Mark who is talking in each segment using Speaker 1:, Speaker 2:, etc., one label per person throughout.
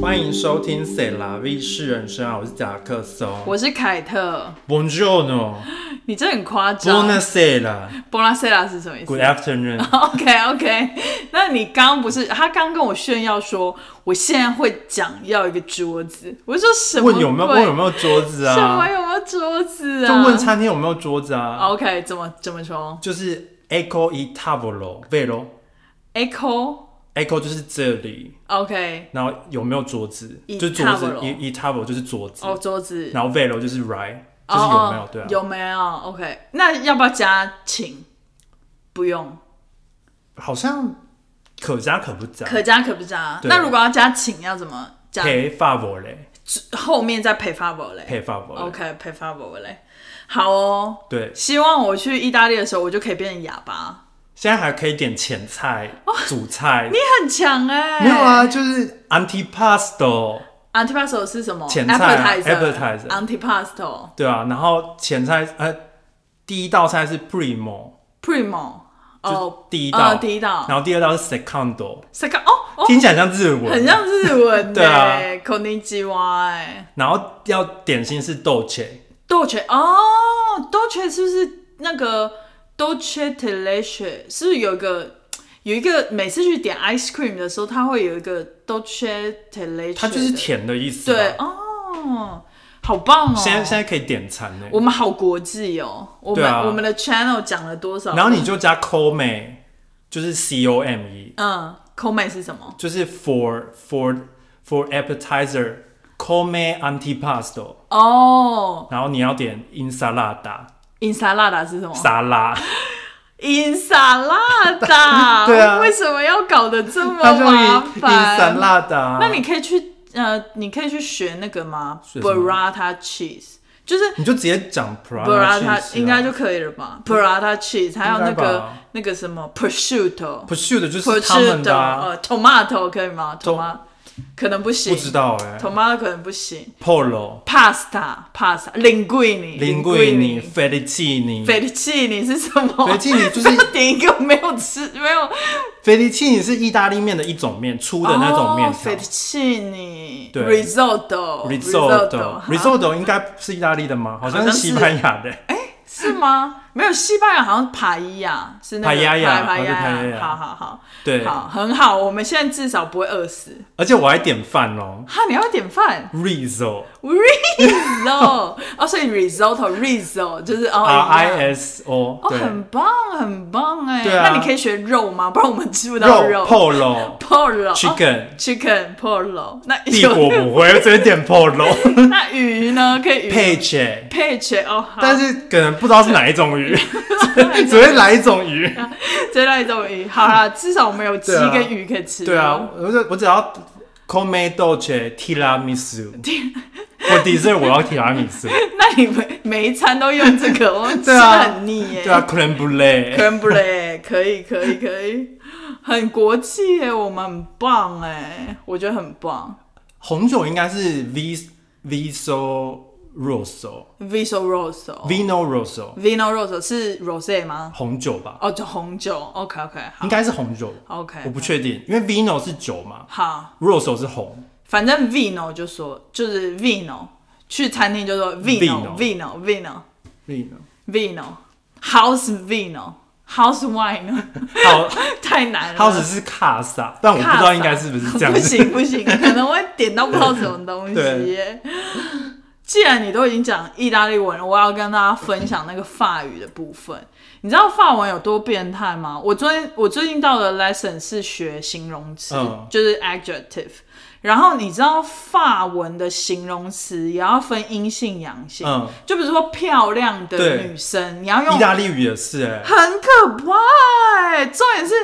Speaker 1: 欢迎收听《塞拉 V 是人生》啊，我是贾克松。
Speaker 2: 我是凯特，
Speaker 1: Buongiorno，Buona
Speaker 2: 你这很夸张。
Speaker 1: sera，Good
Speaker 2: Bonacera 是什么意思
Speaker 1: afternoon。
Speaker 2: ？OK OK，那你刚刚不是他刚跟我炫耀说我现在会讲要一个桌子，我就说什么
Speaker 1: 问
Speaker 2: 鬼？
Speaker 1: 有没有问有没有桌子
Speaker 2: 什么哦
Speaker 1: 啊？
Speaker 2: 有没有桌子
Speaker 1: 就
Speaker 2: 啊？
Speaker 1: 问餐厅有没有桌子啊？
Speaker 2: OK 怎么怎么说
Speaker 1: 就是 Echo e tavolo vero，Echo
Speaker 2: ？Echo
Speaker 1: 就是这里，
Speaker 2: OK
Speaker 1: 然后有没有桌子？
Speaker 2: E
Speaker 1: 就是桌子
Speaker 2: tavolo
Speaker 1: ，e e tavolo 就是桌子，
Speaker 2: 哦桌子，
Speaker 1: 然后 vero 就是 right，
Speaker 2: 哦
Speaker 1: 就是有没有
Speaker 2: 哦
Speaker 1: 对啊？
Speaker 2: 有没有 OK？那要不要加请？不用，
Speaker 1: 好像可加可不加。
Speaker 2: 可加可不加。
Speaker 1: 对
Speaker 2: 那如果要加请要怎么加？
Speaker 1: 陪 favole，
Speaker 2: 后面再配 favor 嘞。
Speaker 1: 陪 favole，
Speaker 2: OK，配 favor 嘞。好哦，
Speaker 1: 对，
Speaker 2: 希望我去意大利的时候，我就可以变成哑巴。
Speaker 1: 现在还可以点前菜、
Speaker 2: 哦
Speaker 1: 主菜，
Speaker 2: 你很强哎、
Speaker 1: 没有啊，就是 antipasto，
Speaker 2: ？Antipasto 是什么？
Speaker 1: 前菜啊 appetizer
Speaker 2: Antipasto
Speaker 1: 对啊，然后前菜呃，第一道菜是 primo，
Speaker 2: Primo
Speaker 1: 就是
Speaker 2: 哦，
Speaker 1: 第一道，
Speaker 2: 呃第一道
Speaker 1: 然后第二道是 secondo，
Speaker 2: 这个哦哦，
Speaker 1: 听起来像日文，
Speaker 2: 很。像日文 欸
Speaker 1: 对啊
Speaker 2: k o n i j i w a 哎，
Speaker 1: 然后要点心是 dolce，
Speaker 2: Dolce 哦，Dolce 是不是那个 Dolce t e l e c e 是不是有一个有一个每次去点 ice cream 的时候，它会有一个 Dolce t e l e c e
Speaker 1: 它就是甜的意思啊。
Speaker 2: 对哦，好棒哦！
Speaker 1: 现在现在可以点餐欸呢，
Speaker 2: 我们好国际哦，我
Speaker 1: 对
Speaker 2: 们、
Speaker 1: 啊
Speaker 2: 我们的 channel 讲了多少？
Speaker 1: 然后你就加 come，就是 c o m e，
Speaker 2: 嗯 c o m e 是什么？
Speaker 1: 就是 for for for appetizer come antipasto。
Speaker 2: 哦、
Speaker 1: 然后你要点 insalada
Speaker 2: i n s a l a d a 是什么
Speaker 1: 沙拉，
Speaker 2: ？Insalada，
Speaker 1: 对啊
Speaker 2: 为什么要搞得 这么
Speaker 1: 它就
Speaker 2: 麻
Speaker 1: in-
Speaker 2: 烦？
Speaker 1: insalada。
Speaker 2: 那你可以去呃，你可以去学那个吗
Speaker 1: 学什么
Speaker 2: ？Burrata cheese，就是
Speaker 1: 你就直接讲 prata
Speaker 2: burrata 应该就可以了吧？Burrata cheese，还有那
Speaker 1: 啊应该
Speaker 2: 个
Speaker 1: 吧
Speaker 2: 那个什么 prosciutto。
Speaker 1: pursuit 就是他
Speaker 2: 吃
Speaker 1: 们
Speaker 2: 的
Speaker 1: 的啊，
Speaker 2: 呃，tomato 可以吗
Speaker 1: 都
Speaker 2: ？tomato 可能不行，
Speaker 1: 不知道哎。
Speaker 2: tomato 可能不行。
Speaker 1: Polo、
Speaker 2: pasta pasta linguini
Speaker 1: linguini、fettuccine、
Speaker 2: fettuccine 是什么
Speaker 1: fettuccine 就是
Speaker 2: 不要点一个没有吃没有
Speaker 1: fettuccine 是意大利面的一种面，粗的那种
Speaker 2: 哦
Speaker 1: 面条。
Speaker 2: fettuccine
Speaker 1: 对
Speaker 2: risotto
Speaker 1: risotto
Speaker 2: risotto
Speaker 1: risotto 应该是意大利的吗？好像
Speaker 2: 好像
Speaker 1: 是
Speaker 2: 是
Speaker 1: 西班牙的。
Speaker 2: 是吗？没有，西班牙好像帕伊亚是那个
Speaker 1: 帕伊亚
Speaker 2: 帕帕伊
Speaker 1: 哦对帕伊
Speaker 2: 亚，
Speaker 1: 亚
Speaker 2: 好好好，
Speaker 1: 对，
Speaker 2: 好很好，我们现在至少不会饿死。
Speaker 1: 而且我还点饭哦
Speaker 2: 哈，你要点饭
Speaker 1: ，riso
Speaker 2: risotto 哦，所以 risotto risotto 就是哦
Speaker 1: r
Speaker 2: 一样
Speaker 1: i s o
Speaker 2: 哦，
Speaker 1: 对，
Speaker 2: 很棒，很棒哎！
Speaker 1: 对啊
Speaker 2: 那你可以学肉吗？不然我们吃不到
Speaker 1: 肉
Speaker 2: 哦
Speaker 1: polo
Speaker 2: Polo
Speaker 1: chicken
Speaker 2: 哦 chicken Polo，那
Speaker 1: 帝
Speaker 2: 有
Speaker 1: 国不会直接点 polo
Speaker 2: 那鱼呢？可以鱼
Speaker 1: page。
Speaker 2: page 哦，好
Speaker 1: 但是可能不知道是哪一种 鱼，只会来一种鱼。
Speaker 2: 这那一种鱼，好啦，至少我们有鸡
Speaker 1: 对啊
Speaker 2: 跟鱼可以吃。
Speaker 1: 对啊，，我就我只要 come dolce tiramisu，我 dessert 我要 tiramisu，
Speaker 2: 那你每每一餐都用这 个，我们吃
Speaker 1: 对啊
Speaker 2: 得很腻耶。
Speaker 1: 对啊 c r e m e brulee，
Speaker 2: c 不嘞，可以可以可以，很国际耶，我们很棒哎，我觉得很棒。
Speaker 1: 红酒应该是 v viso rosso，vino
Speaker 2: Vino Rosso，Vino
Speaker 1: rosso，
Speaker 2: Rosso 哦是 Rosé 吗？
Speaker 1: 红酒吧，
Speaker 2: 哦，就红酒。OK OK，好
Speaker 1: 应该是红酒，
Speaker 2: OK，嗯
Speaker 1: 我不确定，因为 vino 是酒嘛
Speaker 2: 好。
Speaker 1: ，rosso 是红，
Speaker 2: 反正 vino 就说就是 vino，去餐厅就说 vino
Speaker 1: Vino
Speaker 2: vino vino
Speaker 1: vino
Speaker 2: vino house vino house wine，
Speaker 1: 好
Speaker 2: 太难了。
Speaker 1: ，house 是 casa，但我不知道应该是不是这样
Speaker 2: 不
Speaker 1: 子。
Speaker 2: 行不行，可能会点到不知道什么东西
Speaker 1: 对
Speaker 2: 耶。既然你都已经讲意大利文了，我要跟大家分享那个法语的部分。你知道法文有多变态吗？我最近我最近到的 lesson 是学形容词，
Speaker 1: 嗯
Speaker 2: 就是 adjective。然后你知道法文的形容词也要分阴性阳性，
Speaker 1: 嗯
Speaker 2: 就比如说漂亮的
Speaker 1: 对
Speaker 2: 女生，你要用
Speaker 1: 意大利语也是哎、
Speaker 2: 很可怕、欸。重点是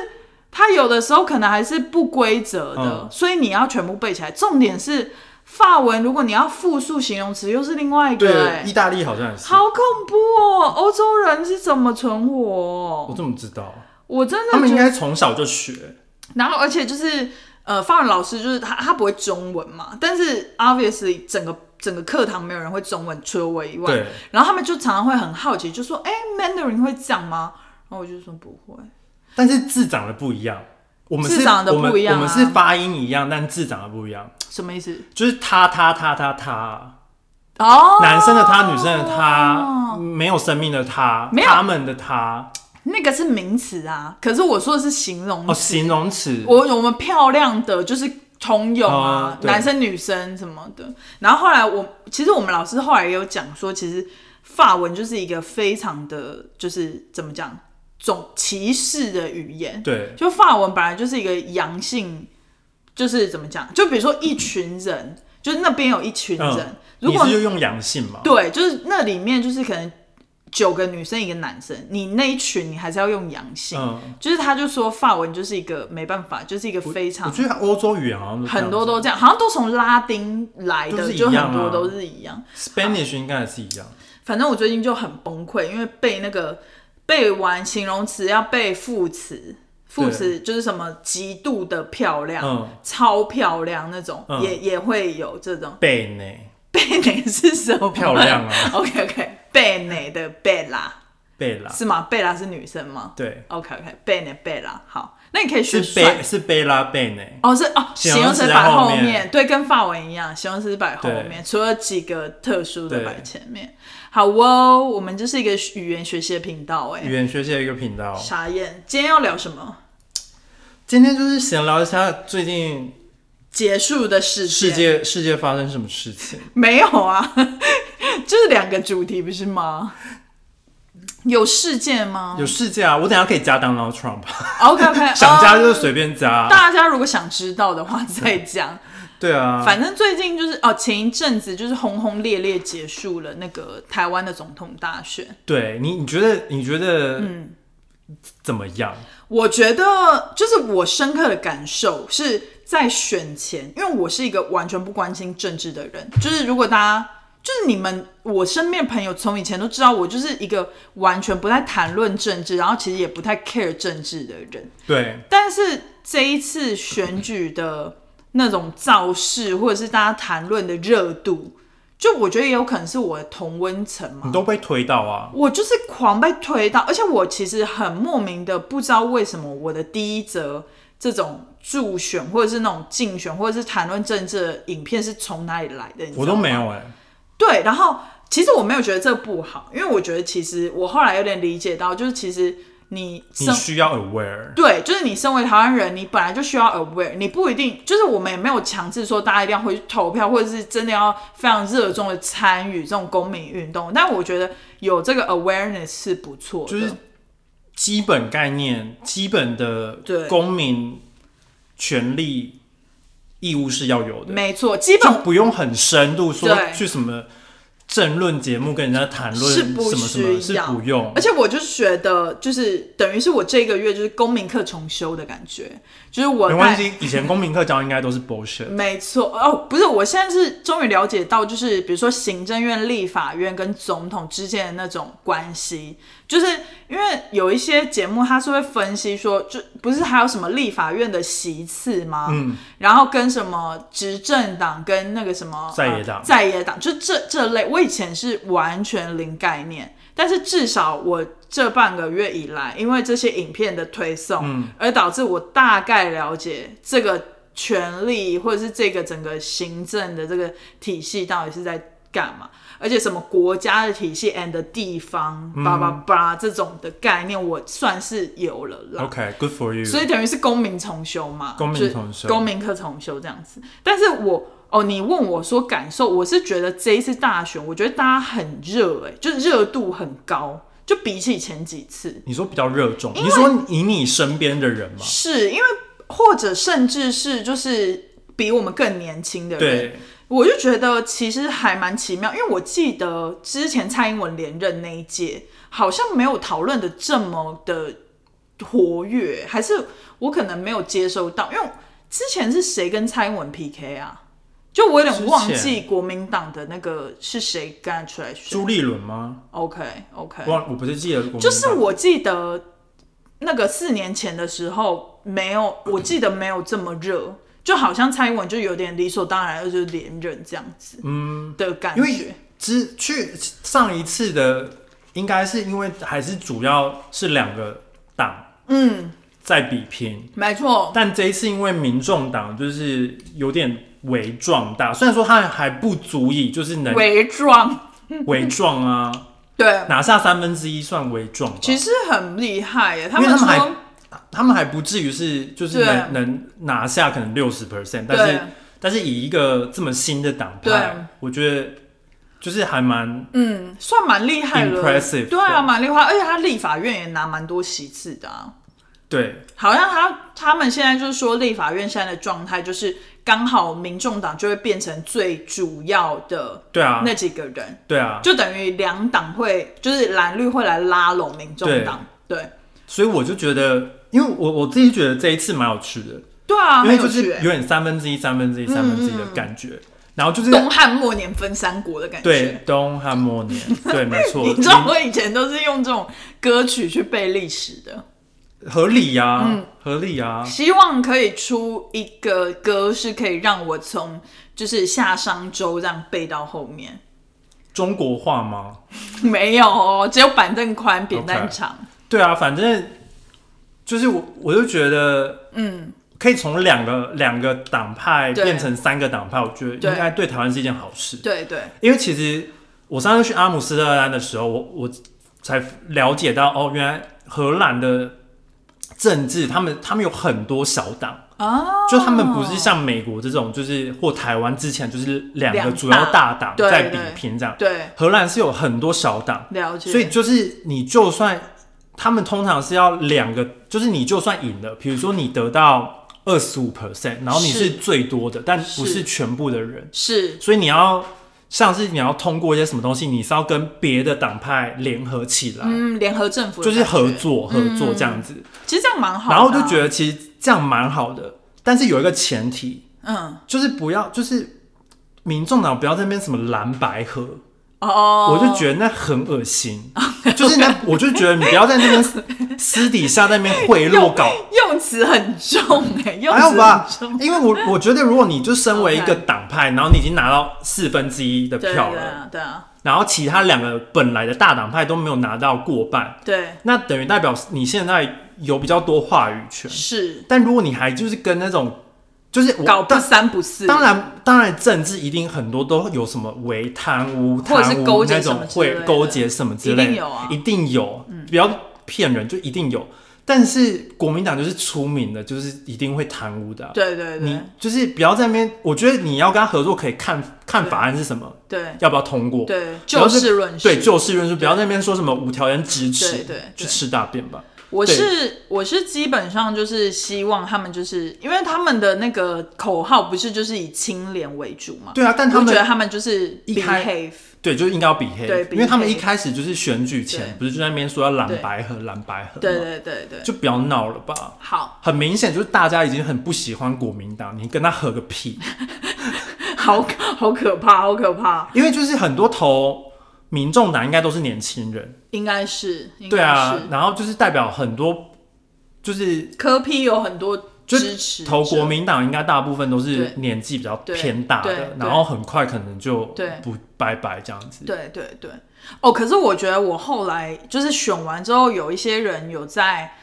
Speaker 2: 它有的时候可能还是不规则的，
Speaker 1: 嗯
Speaker 2: 所以你要全部背起来。重点是法文，如果你要复数形容词，又是另外一个、
Speaker 1: 对，意
Speaker 2: 欸，
Speaker 1: 大利好像也是。
Speaker 2: 好恐怖哦！欧洲人是怎么存活
Speaker 1: 我
Speaker 2: 哦、
Speaker 1: 怎么知道？
Speaker 2: 我真
Speaker 1: 他
Speaker 2: 的
Speaker 1: 们
Speaker 2: 觉
Speaker 1: 应
Speaker 2: 得，
Speaker 1: 该从小就学。
Speaker 2: 然后而且就是呃，法文老师就是他他不会中文嘛，但是 obviously 整个。整个课堂没有人会中文，除了我以外。
Speaker 1: 对，
Speaker 2: 然后他们就常常会很好奇，就说：“哎、m a n d a r i n 会这样吗？”然后我就说：“不会。”
Speaker 1: 但是字长得不一样。我们
Speaker 2: 字
Speaker 1: 是
Speaker 2: 长得
Speaker 1: 我们
Speaker 2: 不一样啊
Speaker 1: 我们是发音一样，但字长得不一样，
Speaker 2: 什么意思？
Speaker 1: 就是他他他他他，
Speaker 2: 哦，
Speaker 1: 男生的他，女生的他，没有生命的他，
Speaker 2: 没有
Speaker 1: 他们的他，
Speaker 2: 那个是名词啊，可是我说的是形容词。
Speaker 1: 哦，形容词，
Speaker 2: 嗯我我们漂亮的就是同泳
Speaker 1: 哦，
Speaker 2: 啊
Speaker 1: 对
Speaker 2: 男生女生什么的。然后后来我其实我们老师后来也有讲说，其实法文就是一个非常的就是怎么讲种歧视的语言。
Speaker 1: 对
Speaker 2: 就法文本来就是一个阳性，就是怎么讲？就比如说一群人，就是那边有一群人，
Speaker 1: 嗯
Speaker 2: 如
Speaker 1: 你
Speaker 2: 果
Speaker 1: 是就用阳性嘛？
Speaker 2: 对，就是那里面就是可能九个女生一个男生，你那一群你还是要用阳性。
Speaker 1: 嗯，
Speaker 2: 就是他就说法文就是一个没办法，就是一个非
Speaker 1: 我
Speaker 2: 常
Speaker 1: 觉得欧洲语言好像
Speaker 2: 很多
Speaker 1: 都
Speaker 2: 都这样，好像都从拉丁来
Speaker 1: 都
Speaker 2: 的，
Speaker 1: 是一
Speaker 2: 就
Speaker 1: 样啊
Speaker 2: 很多都是一样。
Speaker 1: 这样子 Spanish 应该也是一样，
Speaker 2: 反正我最近就很崩溃，因为背那个背完形容词要背副词，副词就是什么极度的漂亮、
Speaker 1: 嗯
Speaker 2: 超漂亮那种，
Speaker 1: 嗯
Speaker 2: 也也会有这种。
Speaker 1: 贝呢，
Speaker 2: 贝哪是什么？
Speaker 1: 漂亮 啊
Speaker 2: OK OK，贝哪的贝拉
Speaker 1: 贝拉，
Speaker 2: 是吗？贝拉是女生吗？
Speaker 1: 对，
Speaker 2: OK OK，贝哪贝拉好，那你可以
Speaker 1: 是
Speaker 2: 学帅
Speaker 1: 贝是贝拉贝呢，
Speaker 2: 哦，是哦，
Speaker 1: 形
Speaker 2: 形容
Speaker 1: 容
Speaker 2: 词
Speaker 1: 词
Speaker 2: 摆
Speaker 1: 在后
Speaker 2: 后
Speaker 1: 面
Speaker 2: 面，对，跟法文一样，形容词摆后
Speaker 1: 对
Speaker 2: 面，除了几个特殊的
Speaker 1: 对
Speaker 2: 摆前面。好哦，我们就是一个语言学习的频道，
Speaker 1: 语
Speaker 2: 哎，
Speaker 1: 言学习的一个频道。
Speaker 2: 傻眼。今天要聊什么？
Speaker 1: 今天就是闲聊一下最近
Speaker 2: 结束的世界？
Speaker 1: 世界世界发生什么事情。
Speaker 2: 没有啊， 就是两个主题不是吗？有事件吗
Speaker 1: 有世界啊，我等一下可以加 Donald Trump，
Speaker 2: ？OK OK，
Speaker 1: 想加就随便加。
Speaker 2: 哦大家如果想知道的话再讲。
Speaker 1: 对啊，
Speaker 2: 反正最近就是哦，前一阵子就是轰轰烈烈结束了那个台湾的总统大选。
Speaker 1: 对你你觉得你觉得
Speaker 2: 嗯
Speaker 1: 怎么样？
Speaker 2: 我觉得就是我深刻的感受是在选前，因为我是一个完全不关心政治的人，就是如果大家。就是你们，我身边朋友从以前都知道我就是一个完全不太谈论政治，然后其实也不太 care 政治的人。
Speaker 1: 对，
Speaker 2: 但是这一次选举的那种造势，或者是大家谈论的热度，就我觉得也有可能是我的同温层嘛
Speaker 1: 你。都被推到啊，
Speaker 2: 我就是狂被推到，而且我其实很莫名的不知道为什么我的第一则这种助选或者是那种竞选或者是谈论政治的影片是从哪里来的，你知道吗
Speaker 1: 我都没有哎、
Speaker 2: 对，然后其实我没有觉得这不好，因为我觉得其实我后来有点理解到，就是其实你
Speaker 1: 你
Speaker 2: 生
Speaker 1: 需要 aware，
Speaker 2: 对，就是你身为台湾人，你本来就需要 aware，你不一定就是我们也没有强制说大家一定要回去投票，或者是真的要非常热衷的参与这种公民运动。但我觉得有这个 awareness 是不错的，
Speaker 1: 就是基本概念、基本的
Speaker 2: 对
Speaker 1: 公民权利义务是要有的，
Speaker 2: 没错，基
Speaker 1: 就
Speaker 2: 本
Speaker 1: 不用很深度说
Speaker 2: 对
Speaker 1: 去什么政论节目跟人家谈论
Speaker 2: 是
Speaker 1: 什
Speaker 2: 不
Speaker 1: 么什么，
Speaker 2: 需
Speaker 1: 是
Speaker 2: 要
Speaker 1: 不用
Speaker 2: 而。且我就是觉得，就是等于是我这个月就是公民课重修的感觉，就是我
Speaker 1: 没关
Speaker 2: 在
Speaker 1: 系，以前公民课教应该都是 bullshit。
Speaker 2: 没错，哦，不是，我现在是终于了解到，就是比如说行政院、立法院跟总统之间的那种关系，就是因为有一些节目它是会分析说，就不是还有什么立法院的席次吗？
Speaker 1: 嗯，
Speaker 2: 然后跟什么执政党跟那个什么
Speaker 1: 在野党
Speaker 2: 呃在野党就这这类，我以前是完全零概念，但是至少我这半个月以来，因为这些影片的推送，而导致我大概了解这个权力或者是这个整个行政的这个体系到底是在干嘛。而且什么国家的体系 and 地方，叭叭叭这种的概念，我算是有了啦。
Speaker 1: OK，good、for you。
Speaker 2: 啊所以等于是公民重修嘛，
Speaker 1: 公民
Speaker 2: 就是
Speaker 1: 重修
Speaker 2: 公民课重修这样子。但是我哦，你问我说感受，我是觉得这一次大选，我觉得大家很热，哎，就是热度很高，就比起前几次，
Speaker 1: 你说比较热衷，你说以你身边的人嘛，
Speaker 2: 是因为或者甚至是就是比我们更年轻的人，
Speaker 1: 对，
Speaker 2: 我就觉得其实还蛮奇妙，因为我记得之前蔡英文连任那一届，好像没有讨论的这么的活跃，还是我可能没有接收到，因为之前是谁跟蔡英文 PK 啊？就我有点忘
Speaker 1: 之
Speaker 2: 记国民党的那个是谁跟他出来选。
Speaker 1: 朱立伦吗？
Speaker 2: OK OK，
Speaker 1: 忘，我不是记得国民党，
Speaker 2: 就是我记得那个四年前的时候，没有，我记得没有这么热，就好像蔡英文就有点理所当然，就是连任这样子，嗯的感
Speaker 1: 因
Speaker 2: 觉
Speaker 1: 为。之去上一次的，应该是因为还是主要是两个党，嗯，在比拼。
Speaker 2: 没错，
Speaker 1: 但这一次因为民众党就是有点伪壮大，虽然说他还不足以就是能
Speaker 2: 伪装，
Speaker 1: 伪壮 啊，
Speaker 2: 对，
Speaker 1: 拿下三分之一算伪壮吧，
Speaker 2: 其实很厉害耶。他
Speaker 1: 因为
Speaker 2: 们
Speaker 1: 他们还
Speaker 2: 说，
Speaker 1: 他们还不至于是就是能
Speaker 2: 对
Speaker 1: 能拿下可能六十 percent，但
Speaker 2: 对
Speaker 1: 是，但是以一个这么新的党
Speaker 2: 对
Speaker 1: 派，我觉得就是还蛮
Speaker 2: 嗯，算蛮厉害的
Speaker 1: Impressive，
Speaker 2: 对啊，
Speaker 1: 对
Speaker 2: 蛮厉害，而且他立法院也拿蛮多席次的啊。
Speaker 1: 对
Speaker 2: 好像他他们现在就是说，立法院现在的状态就是刚好民众党就会变成最主要的
Speaker 1: 对啊
Speaker 2: 那几个人，
Speaker 1: 对啊，
Speaker 2: 就等于两党会就是蓝绿会来拉拢民众党，对
Speaker 1: 所以我就觉得，因为我我自己觉得这一次蛮有趣的，
Speaker 2: 对啊，
Speaker 1: 因
Speaker 2: 很
Speaker 1: 为
Speaker 2: 有
Speaker 1: 就是
Speaker 2: 趣嗯
Speaker 1: 有
Speaker 2: 欸。
Speaker 1: 点三分之一、三分之一、三分之一的感觉，然后就是
Speaker 2: 东汉末年分三国的感
Speaker 1: 对
Speaker 2: 觉。
Speaker 1: 东汉末年，对，没错，
Speaker 2: 你知道我以前都是用这种歌曲去背历史的，
Speaker 1: 合理呀、
Speaker 2: 嗯
Speaker 1: 合理啊呀、
Speaker 2: 希望可以出一个歌是可以让我从就是夏商周这样背到后面。
Speaker 1: 中国话吗？
Speaker 2: 没有哦，只有板凳宽、扁担
Speaker 1: OK
Speaker 2: 长。
Speaker 1: 对啊，反正就是我，我就觉得，嗯，可以从两个两个党派
Speaker 2: 对
Speaker 1: 变成三个党派，我觉得
Speaker 2: 对
Speaker 1: 应该对台湾是一件好事。
Speaker 2: 对对，
Speaker 1: 因为其实我上次去阿姆斯特丹的时候，我我才了解到，哦，原来荷兰的政治，他们他们有很多小党。
Speaker 2: 哦，
Speaker 1: 就他们不是像美国这种，就是或台湾之前就是两个
Speaker 2: 两
Speaker 1: 主要
Speaker 2: 大
Speaker 1: 大党
Speaker 2: 对
Speaker 1: 在比
Speaker 2: 对
Speaker 1: 拼这样，
Speaker 2: 对
Speaker 1: 荷兰是有很多小党，
Speaker 2: 了解，
Speaker 1: 所以就是你就算他们通常是要两个，就是你就算赢了，比如说你得到二十五 percent，然后你
Speaker 2: 是
Speaker 1: 是最多的，但不
Speaker 2: 是
Speaker 1: 是全部的人，
Speaker 2: 是
Speaker 1: 所以你要像是你要通过一些什么东西，你是要跟别的党派联合起来，
Speaker 2: 嗯，联合政府的
Speaker 1: 就是
Speaker 2: 感觉
Speaker 1: 合，作合作这样子，
Speaker 2: 其实这样蛮好的
Speaker 1: 然
Speaker 2: 啊、
Speaker 1: 后就觉得其实这样蛮好的，但是有一个前提
Speaker 2: 嗯
Speaker 1: 就是不要就是。民众党不要在那边什么蓝白合，
Speaker 2: 哦，
Speaker 1: 我就觉得那很恶 心，就是那我就觉得你不要在那边私私底下在那边贿赂 搞，
Speaker 2: 用词很重哎、用
Speaker 1: 还
Speaker 2: 词
Speaker 1: 好吧
Speaker 2: 很重。？
Speaker 1: 因为我我觉得如果你就身为一个
Speaker 2: OK
Speaker 1: 党派，然后你已经拿到四分之一的
Speaker 2: 对对
Speaker 1: 票
Speaker 2: 对
Speaker 1: 了，
Speaker 2: 啊，对啊，
Speaker 1: 然后其他两个本来的大党派都没有拿到过半，
Speaker 2: 对
Speaker 1: 那等于代表你现在有比较多话语权。
Speaker 2: 是
Speaker 1: 但如果你还就是跟那种就是我
Speaker 2: 搞不
Speaker 1: 当
Speaker 2: 三不四，
Speaker 1: 当然，当然，政治一定很多都有什么为贪污、
Speaker 2: 或者是
Speaker 1: 贪
Speaker 2: 勾
Speaker 1: 污
Speaker 2: 结
Speaker 1: 那
Speaker 2: 什
Speaker 1: 种
Speaker 2: 么之类
Speaker 1: 会
Speaker 2: 的
Speaker 1: 勾结什么之类的，
Speaker 2: 一定有啊
Speaker 1: 一定有不要骗人，就一定有。但是国民党就是出名的，就是一定会贪污的啊、
Speaker 2: 对对
Speaker 1: 你
Speaker 2: 对
Speaker 1: 就是不要在那边，我觉得你要跟他合作，可以看看法案是什么，
Speaker 2: 对
Speaker 1: 要不要通过。
Speaker 2: 对，
Speaker 1: 不要
Speaker 2: 就是事论事，
Speaker 1: 对，就事论事，不要在那边说什么无条件支持，
Speaker 2: 对对啊对
Speaker 1: 去吃大便吧。
Speaker 2: 我
Speaker 1: 对
Speaker 2: 是我是基本上就是希望他们就是因为他们的那个口号不是就是以清廉为主嘛，
Speaker 1: 对啊，但他
Speaker 2: 我
Speaker 1: 们
Speaker 2: 觉得他们就是
Speaker 1: 一开
Speaker 2: behave，
Speaker 1: 对，就应该要比黑，
Speaker 2: 对比
Speaker 1: 因为他们
Speaker 2: 黑
Speaker 1: 一开始就是选举
Speaker 2: 对
Speaker 1: 前，不是就在那边说要蓝
Speaker 2: 对
Speaker 1: 白和蓝白和，
Speaker 2: 对，对对对，
Speaker 1: 就不要闹了吧。
Speaker 2: 好
Speaker 1: 很明显，就是大家已经很不喜欢国民党，你跟他合个 屁，
Speaker 2: 好好可怕，好可怕，
Speaker 1: 因为就是很多投民众党应该都是年轻人，
Speaker 2: 应该是，应该是
Speaker 1: 对啊，然后就是代表很多，就是
Speaker 2: 科批有很多
Speaker 1: 就
Speaker 2: 支持
Speaker 1: 投国
Speaker 2: 者，
Speaker 1: 民党应该大部分都是
Speaker 2: 对
Speaker 1: 年纪比较
Speaker 2: 对
Speaker 1: 偏大
Speaker 2: 对
Speaker 1: 的
Speaker 2: 对，
Speaker 1: 然后很快可能就
Speaker 2: 对
Speaker 1: 不拜拜这样子，
Speaker 2: 对对对，哦，可是我觉得我后来就是选完之后，有一些人有在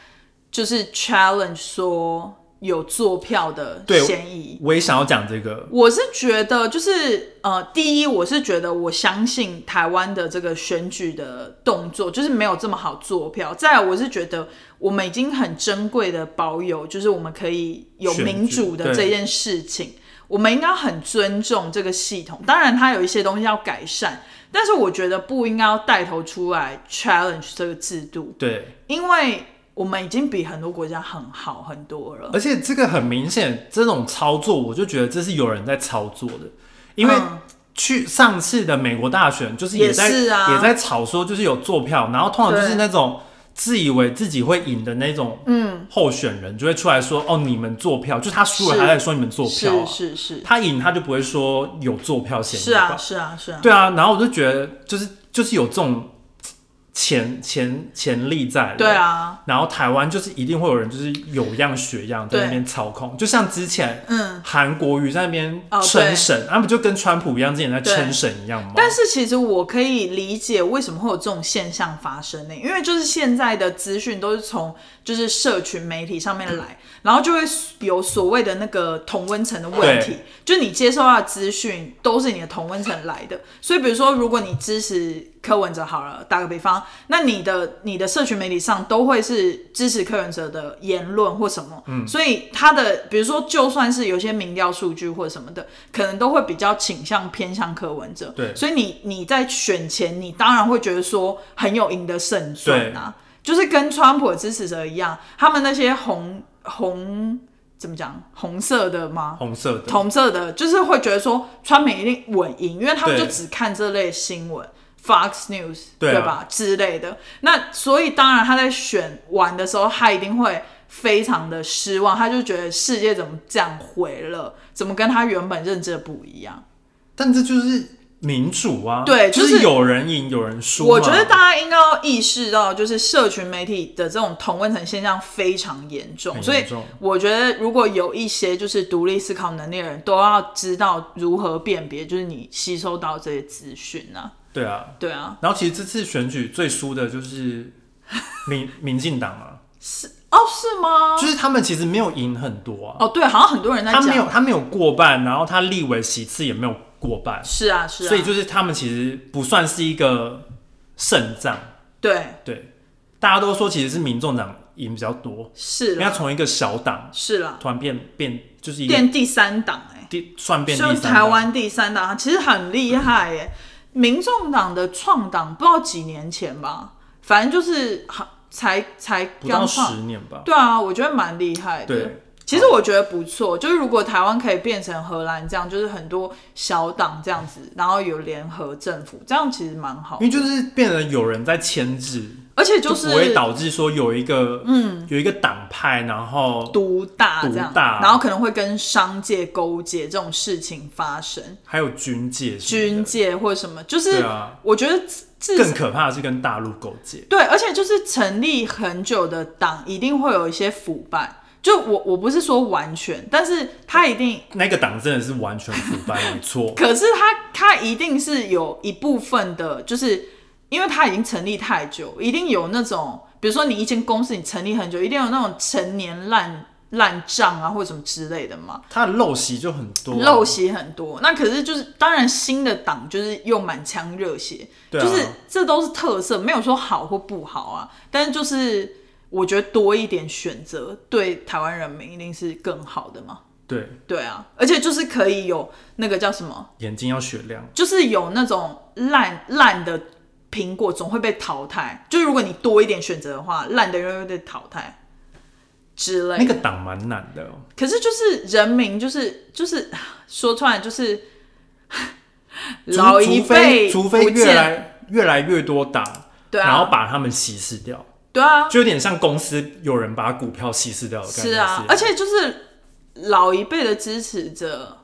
Speaker 2: 就是 challenge 说有坐票的
Speaker 1: 对
Speaker 2: 嫌疑，
Speaker 1: 我也想要讲这个，
Speaker 2: 我是觉得，就是呃，第一，我是觉得我相信台湾的这个选举的动作，就是没有这么好做票。再来，我是觉得我们已经很珍贵的保有，就是我们可以有
Speaker 1: 选举
Speaker 2: 民主的
Speaker 1: 对
Speaker 2: 这件事情，我们应该很尊重这个系统。当然，它有一些东西要改善，但是我觉得不应该要带头出来 challenge 这个制度，
Speaker 1: 对，
Speaker 2: 因为我们已经比很多国家很好很多了。
Speaker 1: 而且这个很明显，这种操作我就觉得这是有人在操作的，因为
Speaker 2: 嗯
Speaker 1: 去上次的美国大选，就是
Speaker 2: 也
Speaker 1: 在
Speaker 2: 是啊
Speaker 1: 也在吵说就是有坐票，然后通常就是那种自以为自己会赢的那种
Speaker 2: 嗯，
Speaker 1: 候选人就会出来说哦你们坐票，就他输了
Speaker 2: 是
Speaker 1: 还在说你们坐票啊、
Speaker 2: 是是是。
Speaker 1: 他赢他就不会说有坐票嫌疑
Speaker 2: 是啊，
Speaker 1: 吧
Speaker 2: 是啊，是啊。
Speaker 1: 对啊，然后我就觉得就是就是有这种潜潜潜力在，
Speaker 2: 对。啊，
Speaker 1: 然后台湾就是一定会有人就是有样学样在那边操控，就像之前
Speaker 2: 嗯，
Speaker 1: 韩国瑜在那边
Speaker 2: 哦对
Speaker 1: 称神，他、不就跟川普一样，之前在
Speaker 2: 对
Speaker 1: 称神一样吗？
Speaker 2: 但是其实我可以理解为什么会有这种现象发生呢、因为就是现在的资讯都是从就是社群媒体上面来，然后就会有所谓的那个同温层的问题，就你接收到的资讯都是你的同温层来的，所以比如说如果你支持柯文哲好了，打个比方，那你的你的社群媒体上都会是支持柯文哲的言论或什么，嗯，所以他的比如说就算是有些民调数据或什么的，可能都会比较倾向偏向柯文哲，
Speaker 1: 对
Speaker 2: 所以你你在选前，你当然会觉得说很有赢的胜算啊，就是跟川普的支持者一样，他们那些红红怎么讲红色的吗？
Speaker 1: 红色的，
Speaker 2: 同色的，就是会觉得说川美一定稳赢，因为他们就
Speaker 1: 对
Speaker 2: 只看这类新闻，Fox News
Speaker 1: 对啊
Speaker 2: 吧之类的。那所以当然他在选完的时候，他一定会非常的失望，他就觉得世界怎么这样毁了，怎么跟他原本认知的不一样。
Speaker 1: 但这就是民主啊，
Speaker 2: 对
Speaker 1: 就
Speaker 2: 就是
Speaker 1: 是有人赢有人输嘛。
Speaker 2: 我觉得大家应该要意识到，就是社群媒体的这种同温层现象非常严重，
Speaker 1: 很
Speaker 2: 所以
Speaker 1: 严重
Speaker 2: 我觉得如果有一些就是独立思考能力的人，都要知道如何辨别，就是你吸收到这些资讯啊。
Speaker 1: 对啊，
Speaker 2: 对啊，
Speaker 1: 然后其实这次选举最输的就是民 民进党嘛，
Speaker 2: 哦，是吗？
Speaker 1: 就是他们其实没有赢很多啊，
Speaker 2: 哦，对，好像很多人在
Speaker 1: 他
Speaker 2: 讲，
Speaker 1: 没有他没有过半，然后他立委席次也没有过半，
Speaker 2: 是啊，是啊，
Speaker 1: 所以就是他们其实不算是一个胜仗。
Speaker 2: 对，
Speaker 1: 对，大家都说其实是民众党赢比较多，
Speaker 2: 是
Speaker 1: 因为他
Speaker 2: 啦，
Speaker 1: 从一个小党
Speaker 2: 是啦，
Speaker 1: 突然变变就是一个
Speaker 2: 变第三档哎、
Speaker 1: 第算变第
Speaker 2: 就是
Speaker 1: 三
Speaker 2: 台
Speaker 1: 党，
Speaker 2: 湾第三党，其实很厉害耶。民众党的创党不知道几年前吧，反正就是好才才
Speaker 1: 不到
Speaker 2: 刚
Speaker 1: 十
Speaker 2: 创。
Speaker 1: 年吧。
Speaker 2: 对啊，我觉得蛮厉害的。
Speaker 1: 对，
Speaker 2: 其实我觉得不错，就是如果台湾可以变成荷兰这样，就是很多小党这样子，然后有联合政府，这样其实蛮好
Speaker 1: 因。为就是变成有人在牵制，
Speaker 2: 而且
Speaker 1: 嗯就是不会导致说有一个嗯有一个党派，然后
Speaker 2: 独大这样，
Speaker 1: 独大
Speaker 2: 然后可能会跟商界勾结这种事情发生，
Speaker 1: 还有军界什么的，
Speaker 2: 军界或什么，就是、
Speaker 1: 对啊
Speaker 2: 我觉得至
Speaker 1: 更可怕的是跟大陆勾结，
Speaker 2: 对，而且就是成立很久的党，一定会有一些腐败。就我我不是说完全，但是他一定，
Speaker 1: 那个党真的是完全腐败，没 错。
Speaker 2: 可是他他一定是有一部分的，就是因为他已经成立太久，一定有那种，比如说你一间公司你成立很久，一定有那种陈年烂烂账啊或者什么之类的嘛，
Speaker 1: 他的陋习就很多啊、
Speaker 2: 陋习很多。那可是就是当然新的党就是又满腔热血，
Speaker 1: 对啊
Speaker 2: 就是这都是特色，没有说好或不好啊。但是就是我觉得多一点选择，对台湾人民一定是更好的嘛。
Speaker 1: 对，
Speaker 2: 对啊，而且就是可以有那个叫什么，
Speaker 1: 眼睛要雪亮。
Speaker 2: 就是有那种烂烂的苹果总会被淘汰，就是如果你多一点选择的话，烂的人会被淘汰之类的。
Speaker 1: 那个党蛮难的哦、
Speaker 2: 可是就是人民，就是就是说出来就是
Speaker 1: 除
Speaker 2: 老一
Speaker 1: 除非
Speaker 2: 辈
Speaker 1: 除非
Speaker 2: 不
Speaker 1: 越
Speaker 2: 见
Speaker 1: 来越来越多党，
Speaker 2: 对啊
Speaker 1: 然后把他们稀释掉，
Speaker 2: 对啊
Speaker 1: 就有点像公司有人把股票稀释掉的概念
Speaker 2: 是啊，而且就是老一辈的支持者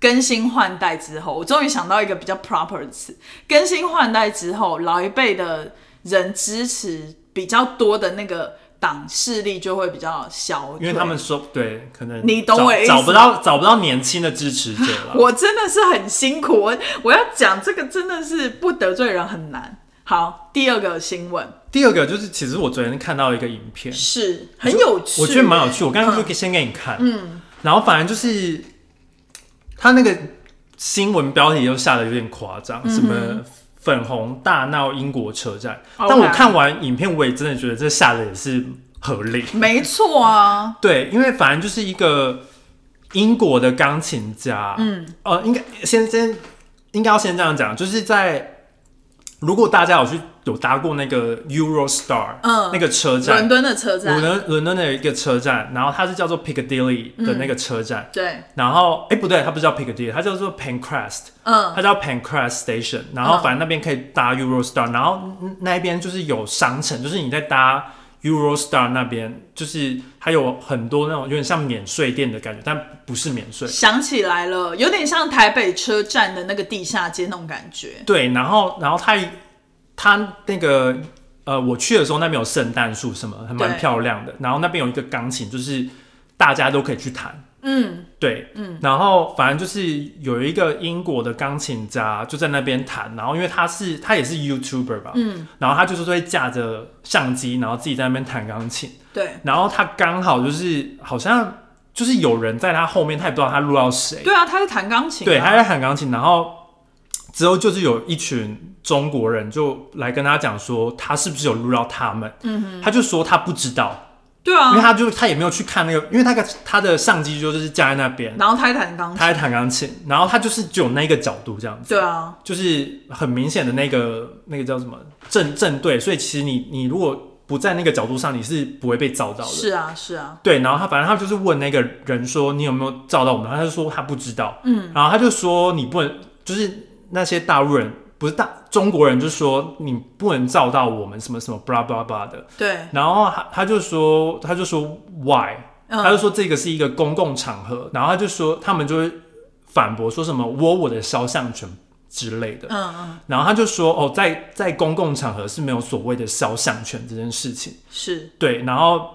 Speaker 2: 更新换代之后，我终于想到一个比较 proper 的词，更新换代之后，老一辈的人支持比较多的那个党势力就会比较小，
Speaker 1: 因为他们。说对，可能
Speaker 2: 你懂我
Speaker 1: 找
Speaker 2: 意思
Speaker 1: 找不到找不到年轻的支持者了。
Speaker 2: 我真的是很辛苦，我我要讲这个真的是不得罪人很难。好，第二个新闻，
Speaker 1: 第二个就是，其实我昨天看到一个影片，
Speaker 2: 是很有趣，嗯
Speaker 1: 我觉得蛮有趣。我刚刚就先给你看，嗯，然后反正就是他那个新闻标题就下的有点夸张，
Speaker 2: 嗯
Speaker 1: 什么粉红大闹英国车站。
Speaker 2: OK
Speaker 1: 但我看完影片，我也真的觉得这下的也是合理。
Speaker 2: 没错啊，
Speaker 1: 对，因为反正就是一个英国的钢琴家，嗯，呃，应该先先应该要先这样讲，就是在如果大家有去有搭过那个 Eurostar，
Speaker 2: 嗯
Speaker 1: 那个车
Speaker 2: 伦
Speaker 1: 站，
Speaker 2: 敦的车
Speaker 1: 伦
Speaker 2: 站，
Speaker 1: 敦伦敦的一个车站，然后它是叫做 Piccadilly
Speaker 2: 嗯
Speaker 1: 的那个车站，
Speaker 2: 对，
Speaker 1: 然后哎不对，它不叫 Piccadilly，它叫做 Pancras，t
Speaker 2: 嗯，
Speaker 1: 它叫 Pancras Station，然后反正那边可以搭 Eurostar，然后那边就是有商城，就是你在搭 Eurostar 那边，就是还有很多那种有点像免税店的感觉，但不是免税。
Speaker 2: 想起来了，有点像台北车站的那个地下街那种感觉。
Speaker 1: 对，然后然后它它那个呃，我去的时候那边有圣诞树什么，还蛮
Speaker 2: 对
Speaker 1: 漂亮的。然后那边有一个钢琴，就是大家都可以去弹，
Speaker 2: 嗯，
Speaker 1: 对，嗯，然后反正就是有一个英国的钢琴家就在那边弹，然后因为他是他也是 YouTuber 吧，嗯，然后他就是会架着相机，然后自己在那边弹钢琴，
Speaker 2: 对，
Speaker 1: 然后他刚好就是好像就是有人在他后面，他也不知道他录到谁，
Speaker 2: 对啊，他在弹钢琴、啊，
Speaker 1: 对，他在弹钢琴，然后之后就是有一群中国人就来跟他讲说他是不是有录到他们，嗯哼，哦他就说他不知道，
Speaker 2: 对
Speaker 1: 因为
Speaker 2: 啊，
Speaker 1: 他就他也没有去看那个，因为他的他的相机就是架在那边，
Speaker 2: 然后他在弹钢琴，
Speaker 1: 他在弹钢琴，然后他就是只有那个角度这样子，
Speaker 2: 对啊，
Speaker 1: 就是很明显的那个那个叫什么正正对，所以其实你你如果不在那个角度上，你是不会被照到的。
Speaker 2: 是啊，是啊，
Speaker 1: 对，然后他反正他就是问那个人说你有没有照到我们，他就说他不知道，嗯，然后他就说你不能，就是那些大陆人不是大中国人，就说你不能照到我们什么什么 blah blah blah 的，
Speaker 2: 对，
Speaker 1: 然后他他就说他就说 why，
Speaker 2: 嗯，
Speaker 1: 他就说这个是一个公共场合，然后他就说他们就会反驳说什么我我的肖像权之类的，
Speaker 2: 嗯嗯，
Speaker 1: 然后他就说哦，在在公共场合是没有所谓的肖像权这件事情，
Speaker 2: 是，
Speaker 1: 对，然后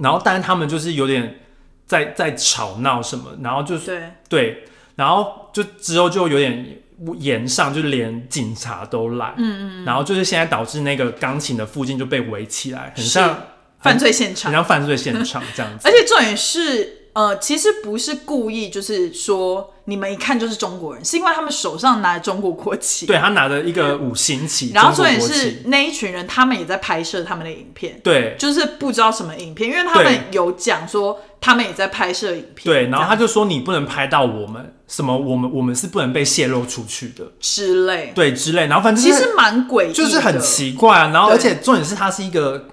Speaker 1: 然后但是他们就是有点在在吵闹什么，然后就是
Speaker 2: 对，
Speaker 1: 对，然后就之后就有点延上，就连警察都来，嗯嗯，然后就是现在导致那个钢琴的附近就被围起来，很
Speaker 2: 是
Speaker 1: 像
Speaker 2: 犯罪现场
Speaker 1: 很。像犯罪现场这样子，
Speaker 2: 而且重点是，呃，其实不是故意，就是说你们一看就是中国人，是因为他们手上拿着中国国旗。。
Speaker 1: 对他拿着一个五星旗，
Speaker 2: 然后
Speaker 1: 中国
Speaker 2: 重点
Speaker 1: 国
Speaker 2: 是
Speaker 1: 旗，
Speaker 2: 那一群人，他们也在拍摄他们的影片，
Speaker 1: 对
Speaker 2: 就是不知道什么影片，因为他们有讲说他们也在拍摄影片，
Speaker 1: 对，然后
Speaker 2: 这
Speaker 1: 他
Speaker 2: 样
Speaker 1: 就说你不能拍到我们，什么我们我们是不能被泄露出去的，
Speaker 2: 之类，
Speaker 1: 对之类，然后反正
Speaker 2: 其
Speaker 1: 就是
Speaker 2: 实蛮诡异的，
Speaker 1: 就是很奇怪啊，然后
Speaker 2: 对
Speaker 1: 而且重点是它是一个。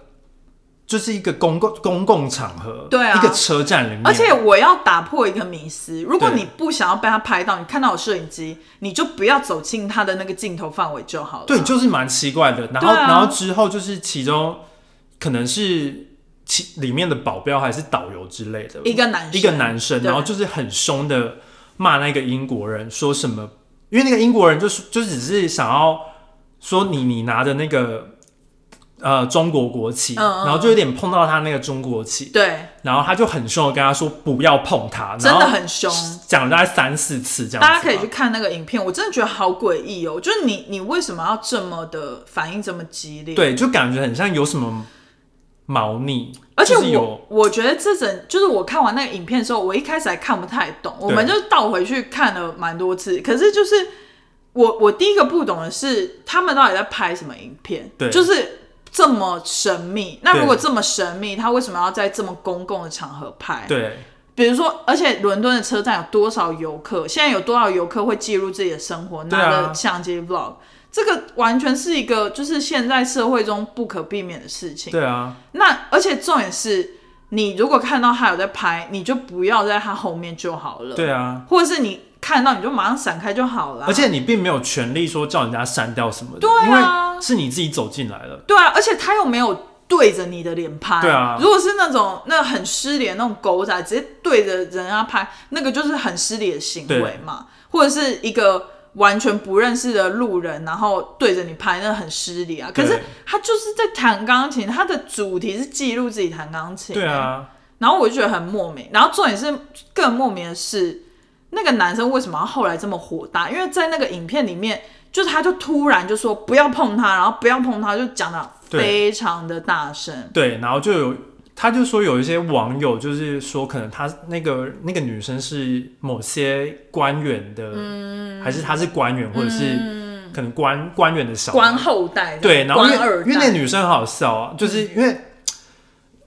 Speaker 1: 就是一个公共公共场合，
Speaker 2: 对啊
Speaker 1: 一个车站里面，
Speaker 2: 而且我要打破一个迷思，如果
Speaker 1: 对
Speaker 2: 你不想要被他拍到，你看到有摄影机，你就不要走进他的那个镜头范围就好了。
Speaker 1: 对，就是蛮奇怪的。然后，
Speaker 2: 对啊
Speaker 1: 然后之后就是其中可能是其里面的保镖还是导游之类的，
Speaker 2: 一个男生
Speaker 1: 一个男生，
Speaker 2: 对
Speaker 1: 然后就是很凶的骂那个英国人，说什么？因为那个英国人就是就只是想要说你你拿着那个呃中国国旗，
Speaker 2: 嗯嗯
Speaker 1: 然后就有点碰到他那个中国旗，
Speaker 2: 对，
Speaker 1: 然后他就很凶的跟他说不要碰他，然
Speaker 2: 真
Speaker 1: 后
Speaker 2: 的很凶。
Speaker 1: 讲了大概三四次这样子吧，
Speaker 2: 大家可以去看那个影片，我真的觉得好诡异哦！就是你，你为什么要这么的反应这么激烈？，
Speaker 1: 对，就感觉很像有什么猫腻，
Speaker 2: 而且
Speaker 1: 就
Speaker 2: 我、
Speaker 1: 是有
Speaker 2: 我觉得这整就是我看完那个影片的时候，我一开始还看不太懂，我们就倒回去看了蛮多次。可是就是我我第一个不懂的是，他们到底在拍什么影片？
Speaker 1: 对
Speaker 2: 就是这么神秘。那
Speaker 1: 对
Speaker 2: 如果这么神秘，他为什么要在这么公共的场合拍？
Speaker 1: 对
Speaker 2: 比如说，而且伦敦的车站有多少游客？现在有多少游客会记录自己的生活，
Speaker 1: 对啊
Speaker 2: 拿着相机 vlog？这个完全是一个就是现在社会中不可避免的事情。
Speaker 1: 对啊，
Speaker 2: 那而且重点是，你如果看到他有在拍，你就不要在他后面就好了。，
Speaker 1: 对啊。
Speaker 2: 或者是你看到你就马上闪开就好了。
Speaker 1: 而且你并没有权利说叫人家删掉什么的，
Speaker 2: 对啊
Speaker 1: 因为是你自己走进来了。
Speaker 2: 对啊，而且他又没有对着你的脸拍。
Speaker 1: 对啊
Speaker 2: 如果是那种那很失礼的那种狗仔，直接对着人家拍，那个就是很失礼的行为嘛。或者是一个完全不认识的路人，然后对着你拍，那很失礼啊。可
Speaker 1: 对
Speaker 2: 是他就是在弹钢琴，他的主题是记录自己弹钢琴。
Speaker 1: 对。啊，
Speaker 2: 然后我就觉得很莫名。然后重点是更莫名的是，那个男生为什么要后来这么火大？因为在那个影片里面，就是他就突然就说不要碰他，然后不要碰他，就讲的
Speaker 1: 对
Speaker 2: 非常的大声。
Speaker 1: 对，然后就有他就说有一些网友就是说，可能他那个那个女生是某些官员的，
Speaker 2: 嗯
Speaker 1: 还是她是官员，或者是可能官官员的小孩
Speaker 2: 官后代
Speaker 1: 对，然后因
Speaker 2: 官
Speaker 1: 为
Speaker 2: 二
Speaker 1: 因为那个
Speaker 2: 代，嗯
Speaker 1: 女生很好笑啊，就是因为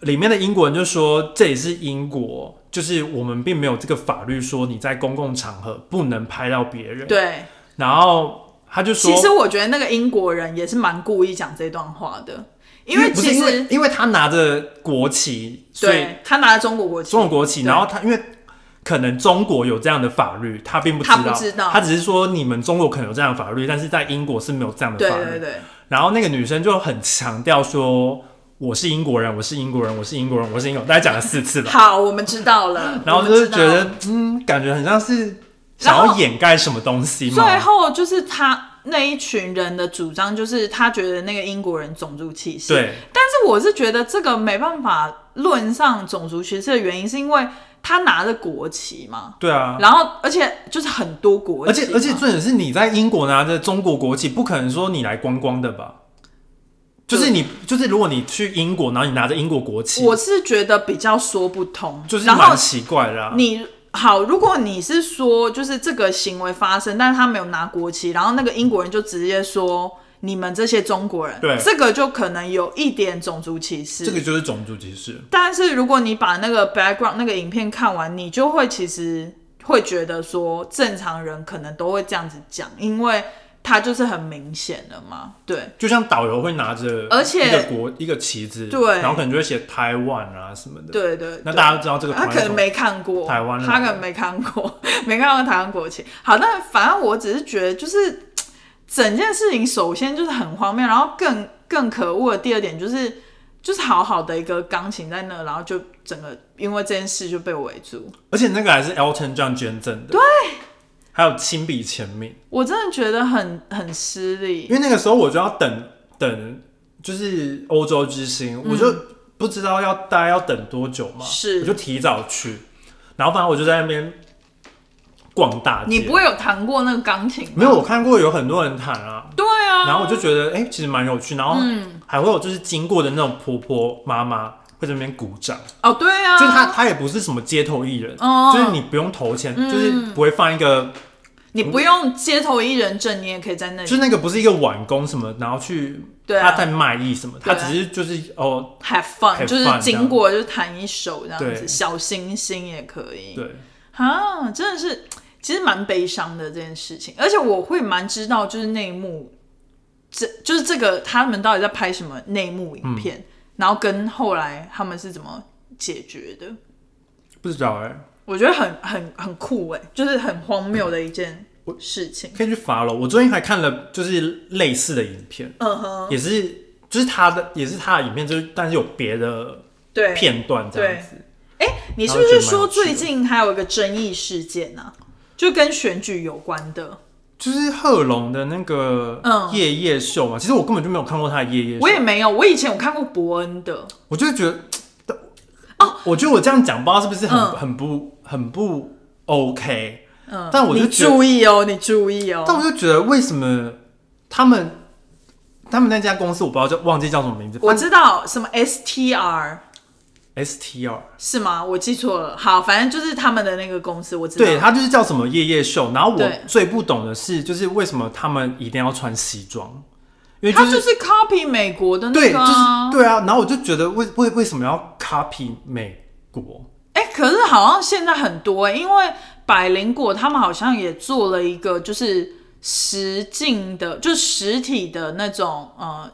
Speaker 1: 里面的英国人就说这里是英国，就是我们并没有这个法律说你在公共场合不能拍到别人。
Speaker 2: 对。
Speaker 1: 然后他就说，
Speaker 2: 其实我觉得那个英国人也是蛮故意讲这段话的，因为
Speaker 1: 不
Speaker 2: 其
Speaker 1: 是因为
Speaker 2: 实
Speaker 1: 因为他拿着国旗，所以
Speaker 2: 对他拿了中国国旗，
Speaker 1: 中国国旗，
Speaker 2: 对
Speaker 1: 然后他因为。可能中国有这样的法律，他并不知
Speaker 2: 他
Speaker 1: 道，
Speaker 2: 不知道
Speaker 1: 他只是说你们中国可能有这样的法律，但是在英国是没有这样的
Speaker 2: 对
Speaker 1: 法律。
Speaker 2: 对对，
Speaker 1: 然后那个女生就很强调说：“我是英国人，我是英国人，我是英国人，我是英国人。”大概讲了四次 吧。
Speaker 2: 好，我们知道了，
Speaker 1: 然后
Speaker 2: 我
Speaker 1: 就
Speaker 2: 们
Speaker 1: 是
Speaker 2: 知
Speaker 1: 觉
Speaker 2: 道
Speaker 1: 得，嗯，感觉很像是想
Speaker 2: 然
Speaker 1: 要
Speaker 2: 后
Speaker 1: 掩盖什么东西嘛。
Speaker 2: 最后就是他那一群人的主张，就是他觉得那个英国人种族歧视。
Speaker 1: 对
Speaker 2: 但是我是觉得这个没办法论上种族歧视的原因，是因为他拿着国旗嘛，
Speaker 1: 对啊，
Speaker 2: 然后而且就是很多国
Speaker 1: 而
Speaker 2: 旗嘛，
Speaker 1: 且而且重点是你在英国拿着中国国旗，不可能说你来观光的吧？就是你就是如果你去英国，然后你拿着英国国旗，
Speaker 2: 我是觉得比较说不通，
Speaker 1: 就是
Speaker 2: 然后
Speaker 1: 蛮奇怪的、啊。
Speaker 2: 你好，如果你是说就是这个行为发生，但是他没有拿国旗，然后那个英国人就直接说你们这些中国人，
Speaker 1: 对
Speaker 2: 这个就可能有一点种族歧视。
Speaker 1: 这个就是种族歧视。
Speaker 2: 但是如果你把那个 background 那个影片看完，你就会其实会觉得说，正常人可能都会这样子讲，因为它就是很明显的嘛。对，
Speaker 1: 就像导游会拿着，
Speaker 2: 而且
Speaker 1: 一个国一个旗子，
Speaker 2: 对
Speaker 1: 然后可能就会写台湾啊什么的。，
Speaker 2: 对对对。
Speaker 1: 那大家都知道这个
Speaker 2: 他
Speaker 1: 台
Speaker 2: 可能
Speaker 1: 湾
Speaker 2: 没看过
Speaker 1: 台湾人
Speaker 2: 他可能没看过， 没看过台湾国旗。好，但反正我只是觉得，就是嘖整件事情首先就是很荒谬，然后更更可恶的第二点就是，就是好好的一个钢琴在那，然后就整个因为这件事就被围住。
Speaker 1: 而且那个还是 Elton John 捐赠的，对，还有亲笔签名。
Speaker 2: 我真的觉得很很失
Speaker 1: 因
Speaker 2: 礼。
Speaker 1: 为那个时候我就要等等，就是欧洲之星，我就不知道要大家要等多久嘛，
Speaker 2: 嗯是
Speaker 1: 我就提早去，然后反正我就在那边逛大街。
Speaker 2: 你不会有弹过那个钢琴吗？
Speaker 1: 没有？我看过有很多人弹啊，
Speaker 2: 对啊，
Speaker 1: 然后我就觉得哎、诶其实蛮有趣，然后
Speaker 2: 嗯
Speaker 1: 还会有就是经过的那种婆婆妈妈。会在那边鼓掌，
Speaker 2: 哦，对啊，
Speaker 1: 就是他，他也不是什么街头艺人，
Speaker 2: 哦嗯
Speaker 1: 就是你不用投钱，就是不会放一个
Speaker 2: 你不用街头艺人证，你也可以在那
Speaker 1: 就是
Speaker 2: 里
Speaker 1: 那个不是一个晚工什么，然后去
Speaker 2: 对啊
Speaker 1: 他在卖艺什么，他
Speaker 2: 对啊
Speaker 1: 只是就是哦，
Speaker 2: have fun，
Speaker 1: have
Speaker 2: 就是
Speaker 1: fun
Speaker 2: 经过就弹一首这样子，
Speaker 1: 对
Speaker 2: 小星星也可以。
Speaker 1: 对，
Speaker 2: 啊，真的是，其实蛮悲伤的这件事情，而且我会蛮知道就是内幕，这就是这个他们到底在拍什么内幕影片，
Speaker 1: 嗯
Speaker 2: 然后跟后来他们是怎么解决的。
Speaker 1: 不知道哎、
Speaker 2: 我觉得很很很酷哎，就是很荒谬的一件事情。
Speaker 1: 可以去发了。我最近还看了就是类似的影片，
Speaker 2: 嗯哼，
Speaker 1: 也是就是他的也是他的影片，就是但是有别的
Speaker 2: 对。
Speaker 1: 片段这样子。
Speaker 2: 你是不是说最近还有一个争议事件呢、就跟选举有关的，
Speaker 1: 就是贺龙的那个
Speaker 2: 嗯
Speaker 1: 夜夜秀嘛，其实我根本就没有看过他的夜夜秀，
Speaker 2: 我也没有。我以前有看过伯恩的，
Speaker 1: 我就觉得，哦，我觉得我这样讲，不知道是不是很、很不很不 OK，
Speaker 2: 嗯，
Speaker 1: 但我就
Speaker 2: 你
Speaker 1: 觉得
Speaker 2: 注意哦，你注意
Speaker 1: 但
Speaker 2: 哦。
Speaker 1: 我就觉得为什么他们他们那家公司我不知道叫忘记叫什么名字，
Speaker 2: 我知道什么 STR
Speaker 1: STR，
Speaker 2: 是吗？我记错了。好，反正就是他们的那个公司，我知道。
Speaker 1: 对，它就是叫什么夜夜秀。然后我
Speaker 2: 对
Speaker 1: 最不懂的是，就是为什么他们一定要穿西装？因为
Speaker 2: 他
Speaker 1: 就。
Speaker 2: 就是是 copy 美国的
Speaker 1: 对，就
Speaker 2: 那个、
Speaker 1: 是
Speaker 2: 啊。
Speaker 1: 对啊，然后我就觉得为为为什么要 copy 美国？
Speaker 2: 哎、可是好像现在很多、欸，因为百灵果他们好像也做了一个，就是实境的，就实体的那种呃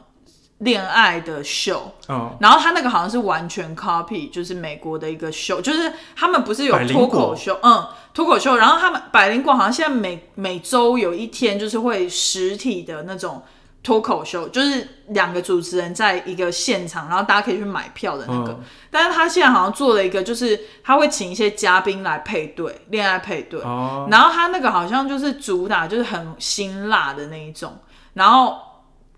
Speaker 2: 恋爱的秀。
Speaker 1: 嗯，
Speaker 2: 然后他那个好像是完全 copy，就是美国的一个秀，就是他们不是有
Speaker 1: 百灵
Speaker 2: 脱
Speaker 1: 果
Speaker 2: 口秀，嗯，脱口秀，然后他们百灵果好像现在每每周有一天就是会实体的那种脱口秀，就是两个主持人在一个现场，然后大家可以去买票的那个。
Speaker 1: 嗯
Speaker 2: 但是他现在好像做了一个，就是他会请一些嘉宾来配对，恋爱配对，
Speaker 1: 哦，
Speaker 2: 然后他那个好像就是主打就是很辛辣的那一种，然后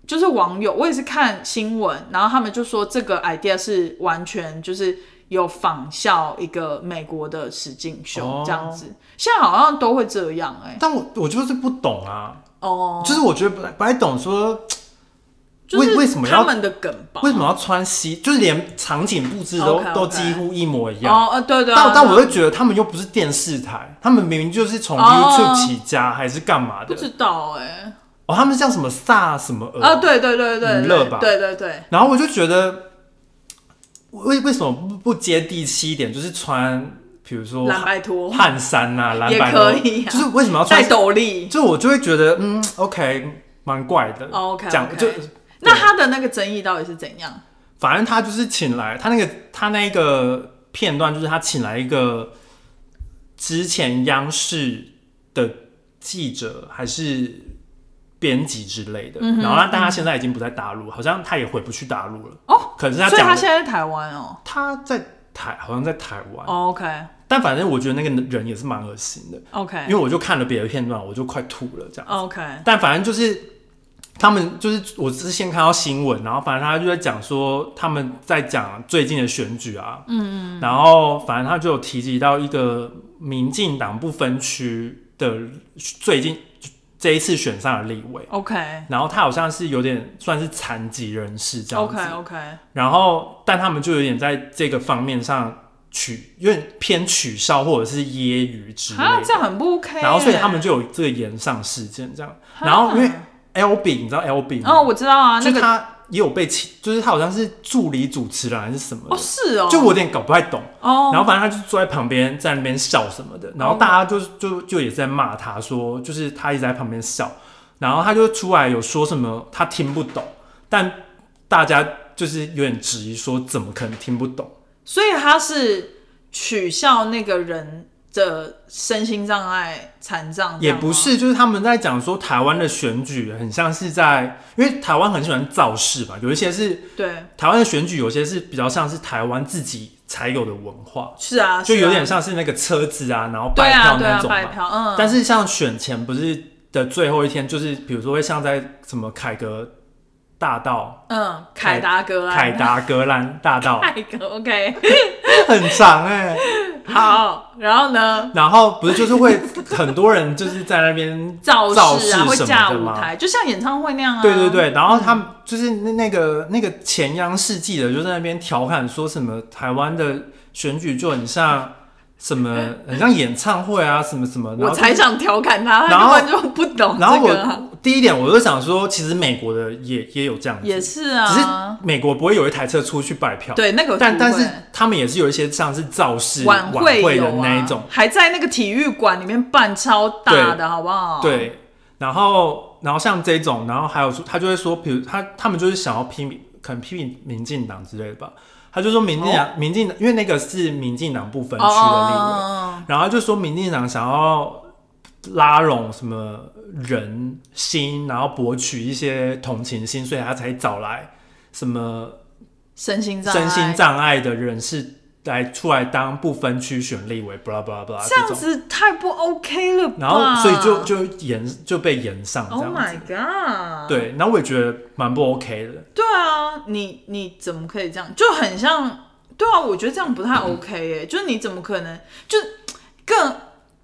Speaker 2: 就是网友，我也是看新闻，然后他们就说这个 idea 是完全就是有仿效一个美国的实境秀
Speaker 1: 哦
Speaker 2: 这样子，现在好像都会这样哎、
Speaker 1: 但我我就是不懂啊，
Speaker 2: 哦，
Speaker 1: 就是我觉得不太不太懂说
Speaker 2: 就
Speaker 1: 为为
Speaker 2: 是
Speaker 1: 什么要
Speaker 2: 他们的梗吧？
Speaker 1: 为什么要穿西，就是连场景布置都
Speaker 2: OK，OK
Speaker 1: 都几乎一模一样。
Speaker 2: 哦，呃，对对啊，
Speaker 1: 但但我
Speaker 2: 对啊
Speaker 1: 又觉得他们又不是电视台，他们明明就是从
Speaker 2: 哦
Speaker 1: YouTube 起家还是干嘛
Speaker 2: 不
Speaker 1: 的？
Speaker 2: 知道哎、
Speaker 1: 哦，他们叫什么萨什么
Speaker 2: 啊，
Speaker 1: 尔，
Speaker 2: 对对对对
Speaker 1: 娱
Speaker 2: 对，
Speaker 1: 乐吧
Speaker 2: 对对对，
Speaker 1: 然后我就觉得为为什么不不接地气一点？就是穿比如说
Speaker 2: 蓝白拖
Speaker 1: 汗衫呐、蓝
Speaker 2: 也
Speaker 1: 白
Speaker 2: 可
Speaker 1: 咯
Speaker 2: 以啊
Speaker 1: 就是为什么要穿
Speaker 2: 戴？斗笠。
Speaker 1: 就我就会觉得嗯，OK，蛮怪的。
Speaker 2: 哦，OK，OK
Speaker 1: 讲就
Speaker 2: 那他的那个争议到底是怎样？
Speaker 1: 反正他就是请来他那个他那个片段，就是他请来一个之前央视的记者还是编辑之类的，
Speaker 2: 嗯
Speaker 1: 然后他但他现在已经不在大陆，好像他也回不去大陆了。
Speaker 2: 哦，
Speaker 1: 可是他
Speaker 2: 所以
Speaker 1: 讲
Speaker 2: 他
Speaker 1: 的
Speaker 2: 现在在台湾哦。
Speaker 1: 他在台好像在台湾，
Speaker 2: 哦 OK
Speaker 1: 但反正我觉得那个人也是蛮恶心的，因
Speaker 2: OK
Speaker 1: 为我就看了别的片段，我就快吐了这样。
Speaker 2: OK，
Speaker 1: 但反正就是他们就是我之前看到新闻，然后反正他就在讲说他们在讲最近的选举啊，嗯，然后反正他就有提及到一个民进党不分区的最近这一次选上的立委，
Speaker 2: OK
Speaker 1: 然后他好像是有点算是残疾人士这样子
Speaker 2: OK OK，
Speaker 1: 然后但他们就有点在这个方面上取有点偏取笑或者是揶揄之类
Speaker 2: 啊，
Speaker 1: 的，
Speaker 2: 这样很不 OK 耶。
Speaker 1: 然后所以他们就有这个延上事件这样，然后因为
Speaker 2: 哈
Speaker 1: L B 你知道 L B 吗？
Speaker 2: 哦，我知道啊，
Speaker 1: 就是
Speaker 2: 那个
Speaker 1: 他也有被请，就是他好像是助理主持人还是什么的
Speaker 2: 哦是哦，
Speaker 1: 就我有点搞不太懂。
Speaker 2: 哦
Speaker 1: 然后反正他就坐在旁边，在那边笑什么的，然后大家就就就也在骂他说，就是他一直在旁边笑，然后他就出来有说什么他听不懂，但大家就是有点质疑说怎么可能听不懂？
Speaker 2: 所以他是取笑那个人的身心障碍、残障，
Speaker 1: 也不
Speaker 2: 这样吗，
Speaker 1: 是，就是他们在讲说台湾的选举很像是在，因为台湾很喜欢造势嘛，有一些是
Speaker 2: 对，
Speaker 1: 台湾的选举，有些是比较像是台湾自己才有的文化。
Speaker 2: 是啊，
Speaker 1: 就是
Speaker 2: 啊
Speaker 1: 有点像是那个车子啊，然后
Speaker 2: 对
Speaker 1: 拜
Speaker 2: 啊
Speaker 1: 票
Speaker 2: 对
Speaker 1: 那
Speaker 2: 啊
Speaker 1: 种嘛。
Speaker 2: 白嫖，嗯，
Speaker 1: 但是像选前不是的最后一天，就是比如说会像在什么凯格大道、
Speaker 2: 嗯，凯达格兰，
Speaker 1: 凯达格兰大道，
Speaker 2: 凯格，OK，
Speaker 1: 很长哎、
Speaker 2: 好，然后呢？
Speaker 1: 然后不是就是会很多人就是在那边
Speaker 2: 造
Speaker 1: 造
Speaker 2: 势啊，
Speaker 1: 势
Speaker 2: 会
Speaker 1: 什么
Speaker 2: 架
Speaker 1: 的
Speaker 2: 舞
Speaker 1: 嘛
Speaker 2: 台，就像演唱会那样啊。
Speaker 1: 对对对，然后他们就是那那个那个前央视记者就在那边调侃说什么台湾的选举就很像什 么很像演唱会啊什么什么，然后
Speaker 2: 我
Speaker 1: 就
Speaker 2: 才想调侃他，
Speaker 1: 然后
Speaker 2: 他根本就不懂
Speaker 1: 然后
Speaker 2: 这
Speaker 1: 我、
Speaker 2: 个啊，
Speaker 1: 第一点，我就想说，其实美国的也也有这样子，
Speaker 2: 也
Speaker 1: 只
Speaker 2: 是
Speaker 1: 是
Speaker 2: 啊。
Speaker 1: 美国不会有一台车出去摆票，，
Speaker 2: 对，那个
Speaker 1: 但
Speaker 2: 不
Speaker 1: 但
Speaker 2: 会
Speaker 1: 是他们也是有一些像是造势
Speaker 2: 晚
Speaker 1: 会
Speaker 2: 有
Speaker 1: 的
Speaker 2: 啊
Speaker 1: 那一种，
Speaker 2: 还在那个体育馆里面办超大的，好不好？，
Speaker 1: 对。然后然后像这种，然后还有说他就会说，比如他他们就是想要批评，可能批评民进党之类的吧。他就说民进党、民进党，因为那个是民进党不分区的立委，
Speaker 2: 哦，
Speaker 1: 然后就说民进党想要拉拢什么人心，然后博取一些同情心，所以他才找来什么
Speaker 2: 身心障碍，
Speaker 1: 身心障碍的人士来出来当不分区选立委，blah blah blah
Speaker 2: 这样
Speaker 1: 种。
Speaker 2: 子太不 OK 了吧？
Speaker 1: 然后所以就就延就被延上这
Speaker 2: ，Oh
Speaker 1: 样
Speaker 2: my
Speaker 1: 子。
Speaker 2: god，，
Speaker 1: 对，然后我也觉得蛮不 OK 的。
Speaker 2: 对啊，你你怎么可以这样？就很像，对啊，我觉得这样不太
Speaker 1: 嗯
Speaker 2: OK 耶、就是你怎么可能就更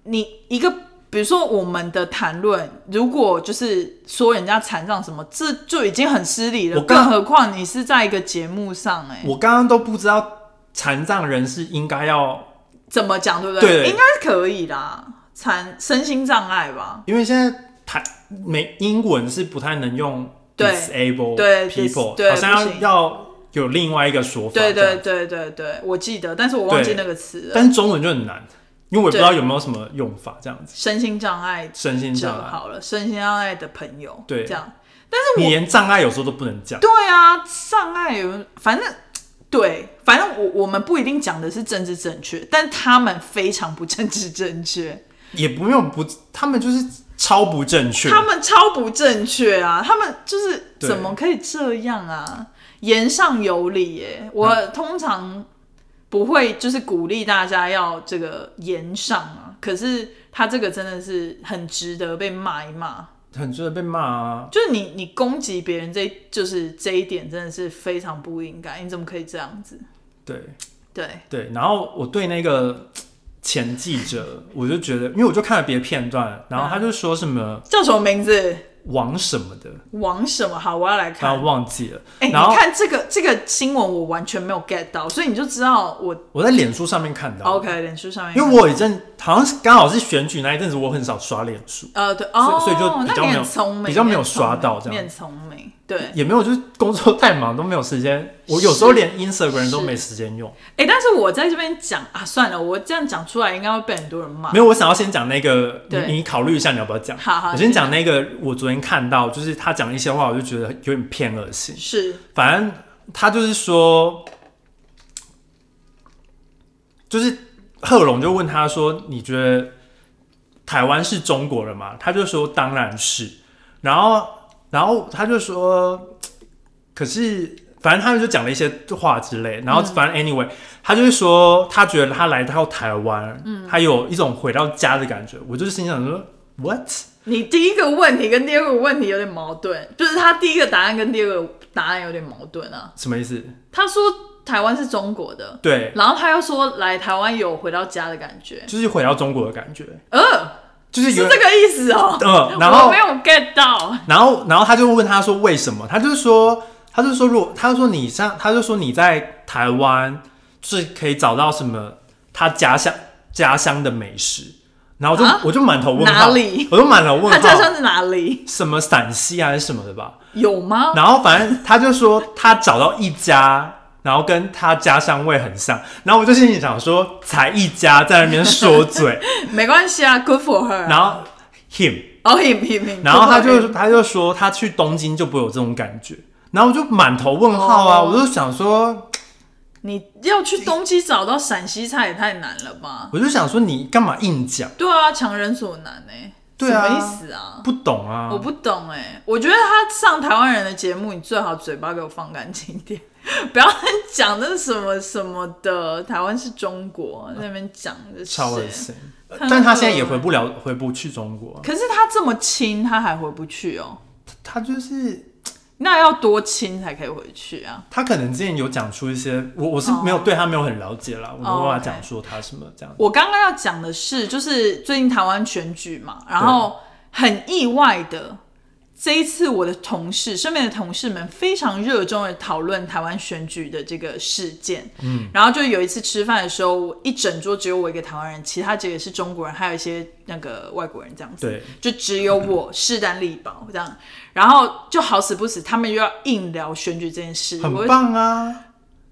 Speaker 2: 你一个，比如说我们的谈论，如果就是说人家残障什么，这就已经很失礼了，
Speaker 1: 我刚
Speaker 2: 更何况你是在一个节目上、哎，
Speaker 1: 我刚刚都不知道残障人士应该要
Speaker 2: 怎么讲，对不
Speaker 1: 对
Speaker 2: 应该是可以啦，残身心障碍吧。
Speaker 1: 因为现在台美英文是不太能用
Speaker 2: 对
Speaker 1: disable
Speaker 2: 对
Speaker 1: people，
Speaker 2: dis- 对
Speaker 1: 好像
Speaker 2: 不
Speaker 1: 要
Speaker 2: 行
Speaker 1: 要有另外一个说法。
Speaker 2: 对
Speaker 1: 啊这样
Speaker 2: 对，对对对，我记得，但是我忘记
Speaker 1: 对
Speaker 2: 那个词了。
Speaker 1: 但是中文就很难，因为我也不知道有没有什么用法这样子。
Speaker 2: 身心障碍
Speaker 1: 身心
Speaker 2: 者
Speaker 1: 障碍，
Speaker 2: 好了，身心障碍的朋友，
Speaker 1: 对
Speaker 2: 这样。
Speaker 1: 你连障碍有时候都不能讲。
Speaker 2: 对啊，障碍有，反正对，反正我我们不一定讲的是政治正确，但他们非常不政治正确，
Speaker 1: 也不用不，他们就是超不正确。
Speaker 2: 他们超不正确啊！他们就是
Speaker 1: 对
Speaker 2: 怎么可以这样啊？言上有理耶、我通常不会就是鼓励大家要这个言上啊，可是他这个真的是很值得被骂一骂。
Speaker 1: 很值得被骂啊！
Speaker 2: 就是你你攻击别人这一就是这一点真的是非常不应该，你怎么可以这样子？
Speaker 1: 对
Speaker 2: 对，
Speaker 1: 对，然后我对那个前记者，我就觉得，因为我就看了别的片段，然后他就说什么
Speaker 2: 叫什么名字？
Speaker 1: 王什么的，
Speaker 2: 王什么？好，我要来
Speaker 1: 然
Speaker 2: 看
Speaker 1: 后。忘记了。
Speaker 2: 哎、
Speaker 1: 然后
Speaker 2: 你看这个这个新闻，我完全没有 get 到，所以你就知道我
Speaker 1: 我在脸书上面看到，
Speaker 2: OK 脸书上哦面看，
Speaker 1: 因为我有一阵好像是刚好是选举那一阵子，我很少刷脸书，
Speaker 2: 呃对哦，
Speaker 1: 所以所以就比较
Speaker 2: 那你
Speaker 1: 没有
Speaker 2: 很聪明，
Speaker 1: 比较没有
Speaker 2: 你很聪明
Speaker 1: 刷到这样
Speaker 2: 你很聪明，对。
Speaker 1: 也没有就是工作太忙都没有时间，我有时候连 Instagram 都
Speaker 2: 是
Speaker 1: 没时间用。
Speaker 2: 哎、但是我在这边讲啊，算了，我这样讲出来应该会被很多人骂
Speaker 1: 没。有，我想要先讲那个，你
Speaker 2: 对
Speaker 1: 你考虑一下你要不要讲。
Speaker 2: 好好
Speaker 1: 我先讲那个，我昨天看到，就是他讲一些话，我就觉得有点偏恶心。
Speaker 2: 是
Speaker 1: 反正他就是说，就是贺龙就问他说：“你觉得台湾是中国人吗？”他就说：“当然是。”然后，然后他就说：“可是，反正他们就讲了一些话之类。”
Speaker 2: 嗯
Speaker 1: 然后，反正 anyway，、他就是
Speaker 2: 嗯
Speaker 1: 说他觉得他来到台湾，他有一种回到家的感觉。我就是心想说。 What？
Speaker 2: 你第一个问题跟第二个问题有点矛盾，就是他第一个答案跟第二个答案有点矛盾啊。
Speaker 1: 什么意思？
Speaker 2: 他说台湾是中国的，
Speaker 1: 对，
Speaker 2: 然后他又说来台湾有回到家的感觉，
Speaker 1: 就是回到中国的感觉，
Speaker 2: 呃，
Speaker 1: 就是
Speaker 2: 是
Speaker 1: 有
Speaker 2: 这个意思哦、
Speaker 1: 嗯然后
Speaker 2: 我没有 get 到，
Speaker 1: 然后，然后他就问他说为什么？他就说，他就说，如果他就说你上，他就说你在台湾就是可以找到什么他家乡家乡的美食，然后我就、
Speaker 2: 啊
Speaker 1: 我就满头问号，
Speaker 2: 哪里
Speaker 1: 我就满头问
Speaker 2: 他家
Speaker 1: 号，
Speaker 2: 乡是哪里？
Speaker 1: 什么陕西还是什么的吧？
Speaker 2: 有吗？
Speaker 1: 然后反正他就说他找到一家。然后跟他家乡味很像，然后我就心里想说，才一家在那边说嘴，
Speaker 2: 没关系啊，good for her 啊。
Speaker 1: 然后 him，
Speaker 2: 哦，him him him。
Speaker 1: 然后他就他就说他去东京就不会有这种感觉，然后我就满头问号啊，
Speaker 2: 哦
Speaker 1: 我就想说，
Speaker 2: 你要去东京找到陕西菜也太难了吧？
Speaker 1: 我就想说你干嘛硬讲？
Speaker 2: 对啊，强人所难哎、
Speaker 1: 对啊
Speaker 2: 什么意思啊？
Speaker 1: 不懂啊
Speaker 2: 我，不懂哎、我觉得他上台湾人的节目，你最好嘴巴给我放干净一点， 不要讲那什么什么的。台湾是中国，在那边讲的是
Speaker 1: 超恶心。呃
Speaker 2: 看
Speaker 1: 但他
Speaker 2: 到
Speaker 1: 现在也
Speaker 2: 了
Speaker 1: 回不了，回不去中国，
Speaker 2: 可是他这么亲，他还回不去哦。
Speaker 1: 他就是
Speaker 2: 那要多亲才可以回去啊？
Speaker 1: 他可能之前有讲出一些，我我是没有对他没有很了解啦，我没有办法讲说他什么这样。
Speaker 2: 我刚刚要讲的是，就是最近台湾选举嘛，然后很意外的，这一次我的同事身边的同事们非常热衷的讨论台湾选举的这个事件。嗯，然后就有一次吃饭的时候，我一整桌只有我一个台湾人，其他几个是中国人，还有一些那个外国人这样子。
Speaker 1: 对，
Speaker 2: 就只有我势单力薄这样，然后就好死不死，他们又要硬聊选举这件事。我
Speaker 1: 很
Speaker 2: 会
Speaker 1: 棒啊，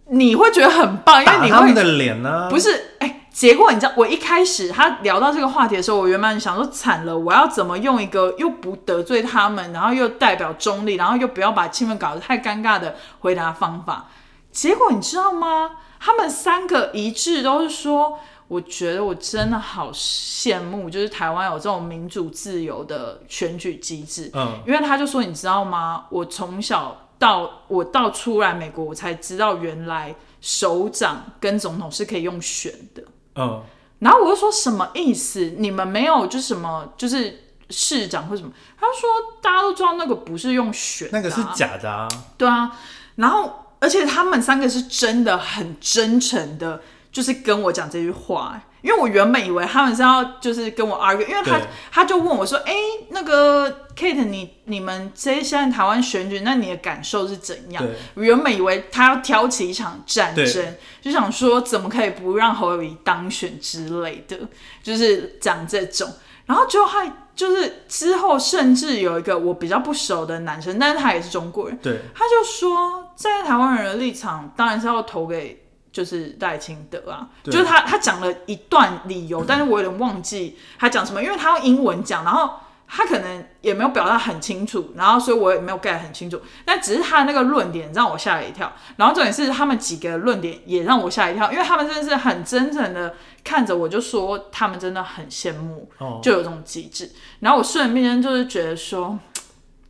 Speaker 2: 你会觉得很棒，因为
Speaker 1: 打
Speaker 2: 你
Speaker 1: 他
Speaker 2: 会
Speaker 1: 们的脸呢、
Speaker 2: 不是，哎、结果你知道，我一开始他聊到这个话题的时候，我原本想说惨了，我要怎么用一个又不得罪他们，然后又代表中立，然后又不要把气氛搞得太尴尬的回答方法。结果你知道吗？他们三个一致都是说，我觉得我真的好羡慕，就是台湾有这种民主自由的选举机制。
Speaker 1: 嗯，
Speaker 2: 因为他就说，你知道吗？我从小到我到出来美国，我才知道原来首长跟总统是可以用选的。
Speaker 1: 嗯，
Speaker 2: 然后我就说什么意思？你们没有就是什么就是市长或什么？他说大家都知道那个不是用选
Speaker 1: 那
Speaker 2: 的啊、
Speaker 1: 个是假的啊，
Speaker 2: 对啊，然后而且他们三个是真的很真诚的，就是跟我讲这句话、欸因为我原本以为他们是要就是跟我 argue，因为他
Speaker 1: 对
Speaker 2: 他就问我说：“哎、那个 Kate，你你们这现在台湾选举，那你的感受是怎样
Speaker 1: 对？”
Speaker 2: 我原本以为他要挑起一场战争
Speaker 1: 对，
Speaker 2: 就想说怎么可以不让侯友谊当选之类的，就是讲这种。然后就还就是之后，甚至有一个我比较不熟的男生，但是他也是中国人，
Speaker 1: 对，
Speaker 2: 他就说，站在台湾人的立场，当然是要投给就是赖清德啊。
Speaker 1: 对
Speaker 2: 就是他他讲了一段理由，但是我有点忘记他讲什么，因为他用英文讲，然后他可能也没有表达很清楚，然后所以我也没有 get 很清楚。但只是他的那个论点让我吓了一跳，然后重点是他们几个论点也让我吓一跳，因为他们真的是很真诚的看着我，就说他们真的很羡慕，
Speaker 1: 哦，
Speaker 2: 就有这种机制。然后我瞬间就是觉得说，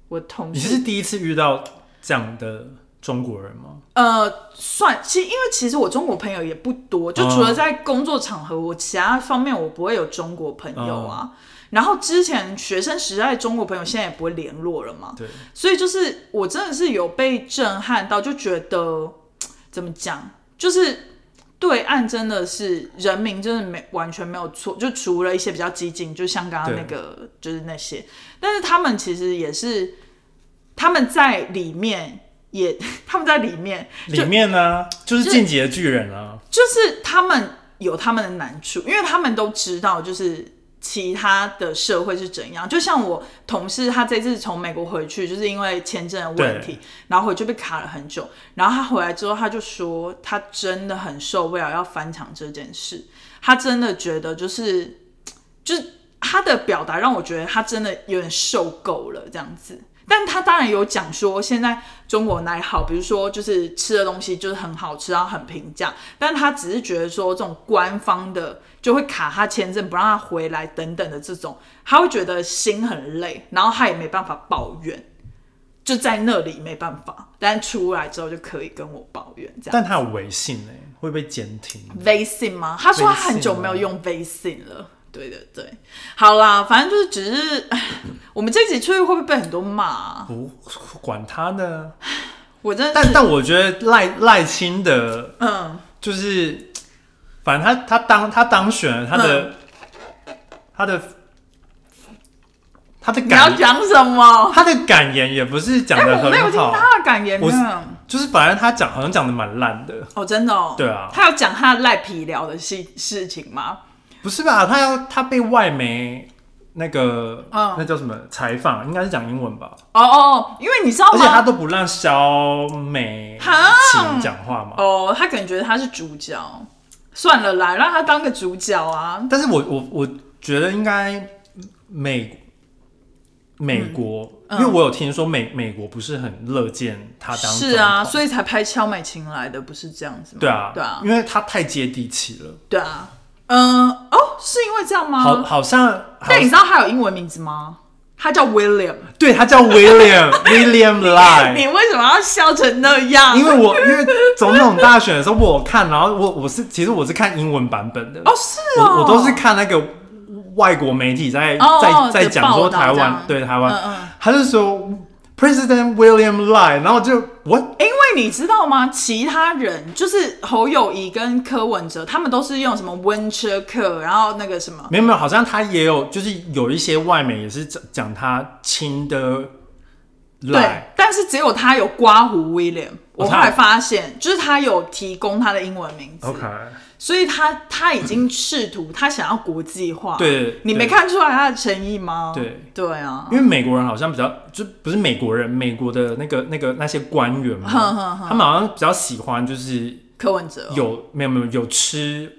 Speaker 2: 我同
Speaker 1: 你
Speaker 2: 事
Speaker 1: 是第一次遇到这样的中国人吗？
Speaker 2: 呃，算，其实因为其实我中国朋友也不多，就除了在工作场合，我其他方面我不会有中国朋友啊。然后之前学生时代中国朋友现在也不会联络了嘛，
Speaker 1: 对，
Speaker 2: 所以就是我真的是有被震撼到，就觉得怎么讲，就是对岸真的是人民真的没完全没有错，就除了一些比较激进，就像刚刚那个就是那些，但是他们其实也是他们在里面也 他们在里面
Speaker 1: 里面呢、就是
Speaker 2: 就
Speaker 1: 进击的巨人啊，
Speaker 2: 就是他们有他们的难处，因为他们都知道就是其他的社会是怎样。就像我同事，他这次从美国回去，就是因为签证的问题，然后回去被卡了很久。然后他回来之后，他就说他真的很受不了要翻墙这件事，他真的觉得就是就是他的表达让我觉得他真的有点受够了这样子。但他当然有讲说，现在中国哪里好，比如说就是吃的东西就是很好吃，然后很平价，但他只是觉得说这种官方的就会卡他签证，不让他回来等等的这种，他会觉得心很累，然后他也没办法抱怨，就在那里没办法，但出来之后就可以跟我抱怨这样。
Speaker 1: 但他有微信呢、会被监听。
Speaker 2: 微信吗？他说他很久没有用微信了，对对对，好啦，反正就是只是，唉我们这集出去会不会被很多骂、啊？
Speaker 1: 不管他呢。
Speaker 2: 我真的
Speaker 1: 但
Speaker 2: 是，
Speaker 1: 但我觉得赖赖清德
Speaker 2: 嗯，
Speaker 1: 就是，反正他他当他当选了，他的、他的他的
Speaker 2: 嗯你要
Speaker 1: 感
Speaker 2: 讲什么？
Speaker 1: 他的感言也不是讲
Speaker 2: 哎、
Speaker 1: 的
Speaker 2: 我没有
Speaker 1: 很
Speaker 2: 听
Speaker 1: 好，
Speaker 2: 他的感言
Speaker 1: 我是
Speaker 2: 呢。
Speaker 1: 就是反正他讲好像讲的蛮烂的，
Speaker 2: 哦，真的哦。
Speaker 1: 对啊
Speaker 2: 他有讲他赖皮聊的事事情吗？
Speaker 1: 不是吧？他要他被外媒那个、
Speaker 2: 嗯
Speaker 1: 那叫什么采访，应该是讲英文吧？
Speaker 2: 哦哦，因为你知道
Speaker 1: 而且他
Speaker 2: 吗？
Speaker 1: 都不让肖美
Speaker 2: 哈
Speaker 1: 琴讲话嘛。
Speaker 2: 哦，他可能觉得他是主角，算了啦，让他当个主角啊。
Speaker 1: 但是我我我觉得应该美美国，
Speaker 2: 嗯
Speaker 1: 因为我有听说美美国不是很乐见他当
Speaker 2: 是啊，
Speaker 1: 总统
Speaker 2: 所以才拍《敲美琴》来的，不是这样子吗？
Speaker 1: 对啊
Speaker 2: 对啊，
Speaker 1: 因为他太接地气了，
Speaker 2: 对啊。嗯、哦，是因为这样吗？
Speaker 1: 好好像好
Speaker 2: 但你知道他有英文名字吗？他叫 William。
Speaker 1: 对他 叫 William William
Speaker 2: 你
Speaker 1: Lai。
Speaker 2: 为什么要笑成那样？
Speaker 1: 因为我因为总统大选的时候我看，然后我我是其实我是看英文版本的，
Speaker 2: 哦是哦，
Speaker 1: 我我都是看那个外国媒体在
Speaker 2: 哦
Speaker 1: 在在
Speaker 2: 的
Speaker 1: 讲
Speaker 2: 报
Speaker 1: 说
Speaker 2: 道
Speaker 1: 台
Speaker 2: 这
Speaker 1: 湾
Speaker 2: 样
Speaker 1: 对台湾
Speaker 2: 嗯嗯，
Speaker 1: 他就说 President William Lai，然后我就我
Speaker 2: 因为你知道吗？其他人就是侯友谊跟柯文哲，他们都是用什么温车克，然后那个什么，
Speaker 1: 没有没有，好像他也有，就是有一些外媒也是讲讲他亲的
Speaker 2: 对
Speaker 1: 来，，
Speaker 2: 但是只有他有刮胡 William。
Speaker 1: 哦
Speaker 2: 我后
Speaker 1: 他
Speaker 2: 来发现，就是他有提供他的英文名字
Speaker 1: OK，
Speaker 2: 所以他他已经试图他想要国际化。
Speaker 1: 对
Speaker 2: 你没
Speaker 1: 对
Speaker 2: 看出来他的诚意吗？
Speaker 1: 对
Speaker 2: 对啊，
Speaker 1: 因为美国人好像比较，就不是美国人，美国的那个那个那些官员嘛，
Speaker 2: 哼哼哼
Speaker 1: 他们好像比较喜欢就是
Speaker 2: 柯文哲
Speaker 1: 有没有没有有吃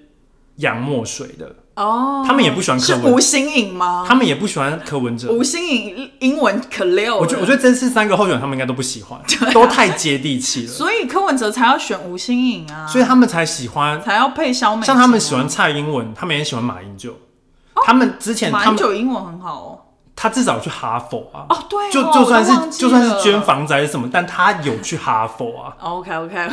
Speaker 1: 洋墨水的，
Speaker 2: 哦，
Speaker 1: 他们也不喜欢
Speaker 2: 是
Speaker 1: 柯文
Speaker 2: 吴，新颖吗？
Speaker 1: 他们也不喜欢柯文哲。
Speaker 2: 吴新颖英文可溜了，
Speaker 1: 我觉得我觉得这次三个候选人他们应该都不喜 欢，
Speaker 2: 啊
Speaker 1: 都太接地气了，
Speaker 2: 所以柯文哲才要选吴新颖啊，
Speaker 1: 所以他们才喜欢。
Speaker 2: 才要配肖美、啊
Speaker 1: 像他们喜欢，蔡英文，他们也喜欢马英九。他们之前
Speaker 2: 哦马
Speaker 1: 他
Speaker 2: 英
Speaker 1: 们
Speaker 2: 九英文很好哦。
Speaker 1: 他至少去哈佛啊。
Speaker 2: 哦，对哦，
Speaker 1: 就就算
Speaker 2: 我都忘
Speaker 1: 是
Speaker 2: 记
Speaker 1: 就算是
Speaker 2: 了。
Speaker 1: 捐。房子还是什么，但他有去哈佛啊
Speaker 2: OK OK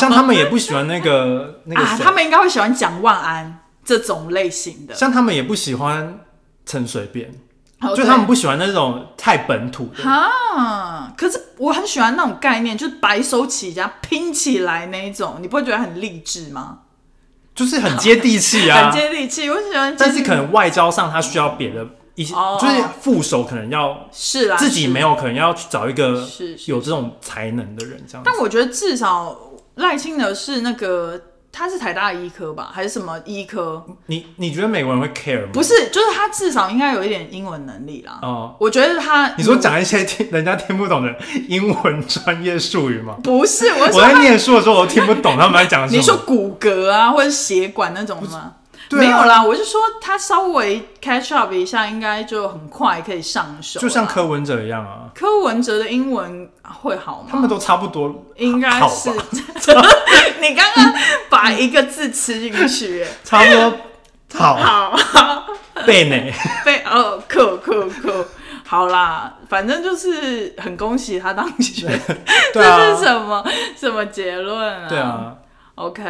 Speaker 1: 像他们也不喜欢那 个那个
Speaker 2: 啊，
Speaker 1: 谁，
Speaker 2: 他们应该会喜欢蒋万安这种类型的，
Speaker 1: 像他们也不喜欢陈水扁，
Speaker 2: 哦
Speaker 1: 就他们不喜欢那种太本土
Speaker 2: 对
Speaker 1: 的。
Speaker 2: 哈。啊可是我很喜欢那种概念，就是白手起家拼起来那一种，你不会觉得很励志吗？
Speaker 1: 就是很接地气啊
Speaker 2: 很。接地气，我喜欢。
Speaker 1: 但是可能外交上他需要别的一些
Speaker 2: 哦，
Speaker 1: 就是副手可能要
Speaker 2: 是啦，
Speaker 1: 自己
Speaker 2: 是
Speaker 1: 没有，可能要去找一个
Speaker 2: 是是
Speaker 1: 有这种才能的人这样子
Speaker 2: 但。我觉得至少赖清德是那个，他是台大医科吧，还是什么医科？
Speaker 1: 你你觉得美国人会 care 吗？
Speaker 2: 不是，就是他至少应该有一点英文能力啦。
Speaker 1: 哦
Speaker 2: 我觉得他，
Speaker 1: 你说讲一些听人家听不懂的英文专业术语吗？
Speaker 2: 不是，我是
Speaker 1: 我
Speaker 2: 说
Speaker 1: 在念书的时候，我听不懂他们在讲什么。
Speaker 2: 你说骨骼啊，或者血管那种吗？
Speaker 1: 对啊
Speaker 2: 没有啦，我是说他稍微 catch up 一下，应该就很快可以上手啦。
Speaker 1: 就像柯文哲一样啊，
Speaker 2: 柯文哲的英文会好吗？
Speaker 1: 他们都差不多，
Speaker 2: 应该
Speaker 1: 好
Speaker 2: 是
Speaker 1: 吧
Speaker 2: 你刚刚把一个字吃进去、欸，
Speaker 1: 差不多好
Speaker 2: 好。
Speaker 1: 背 呢。
Speaker 2: 被哦，酷酷酷，好啦，反正就是很恭喜他当选，
Speaker 1: 对
Speaker 2: 这
Speaker 1: 啊，
Speaker 2: 是什么什么结论啊？
Speaker 1: 对啊，
Speaker 2: ，OK，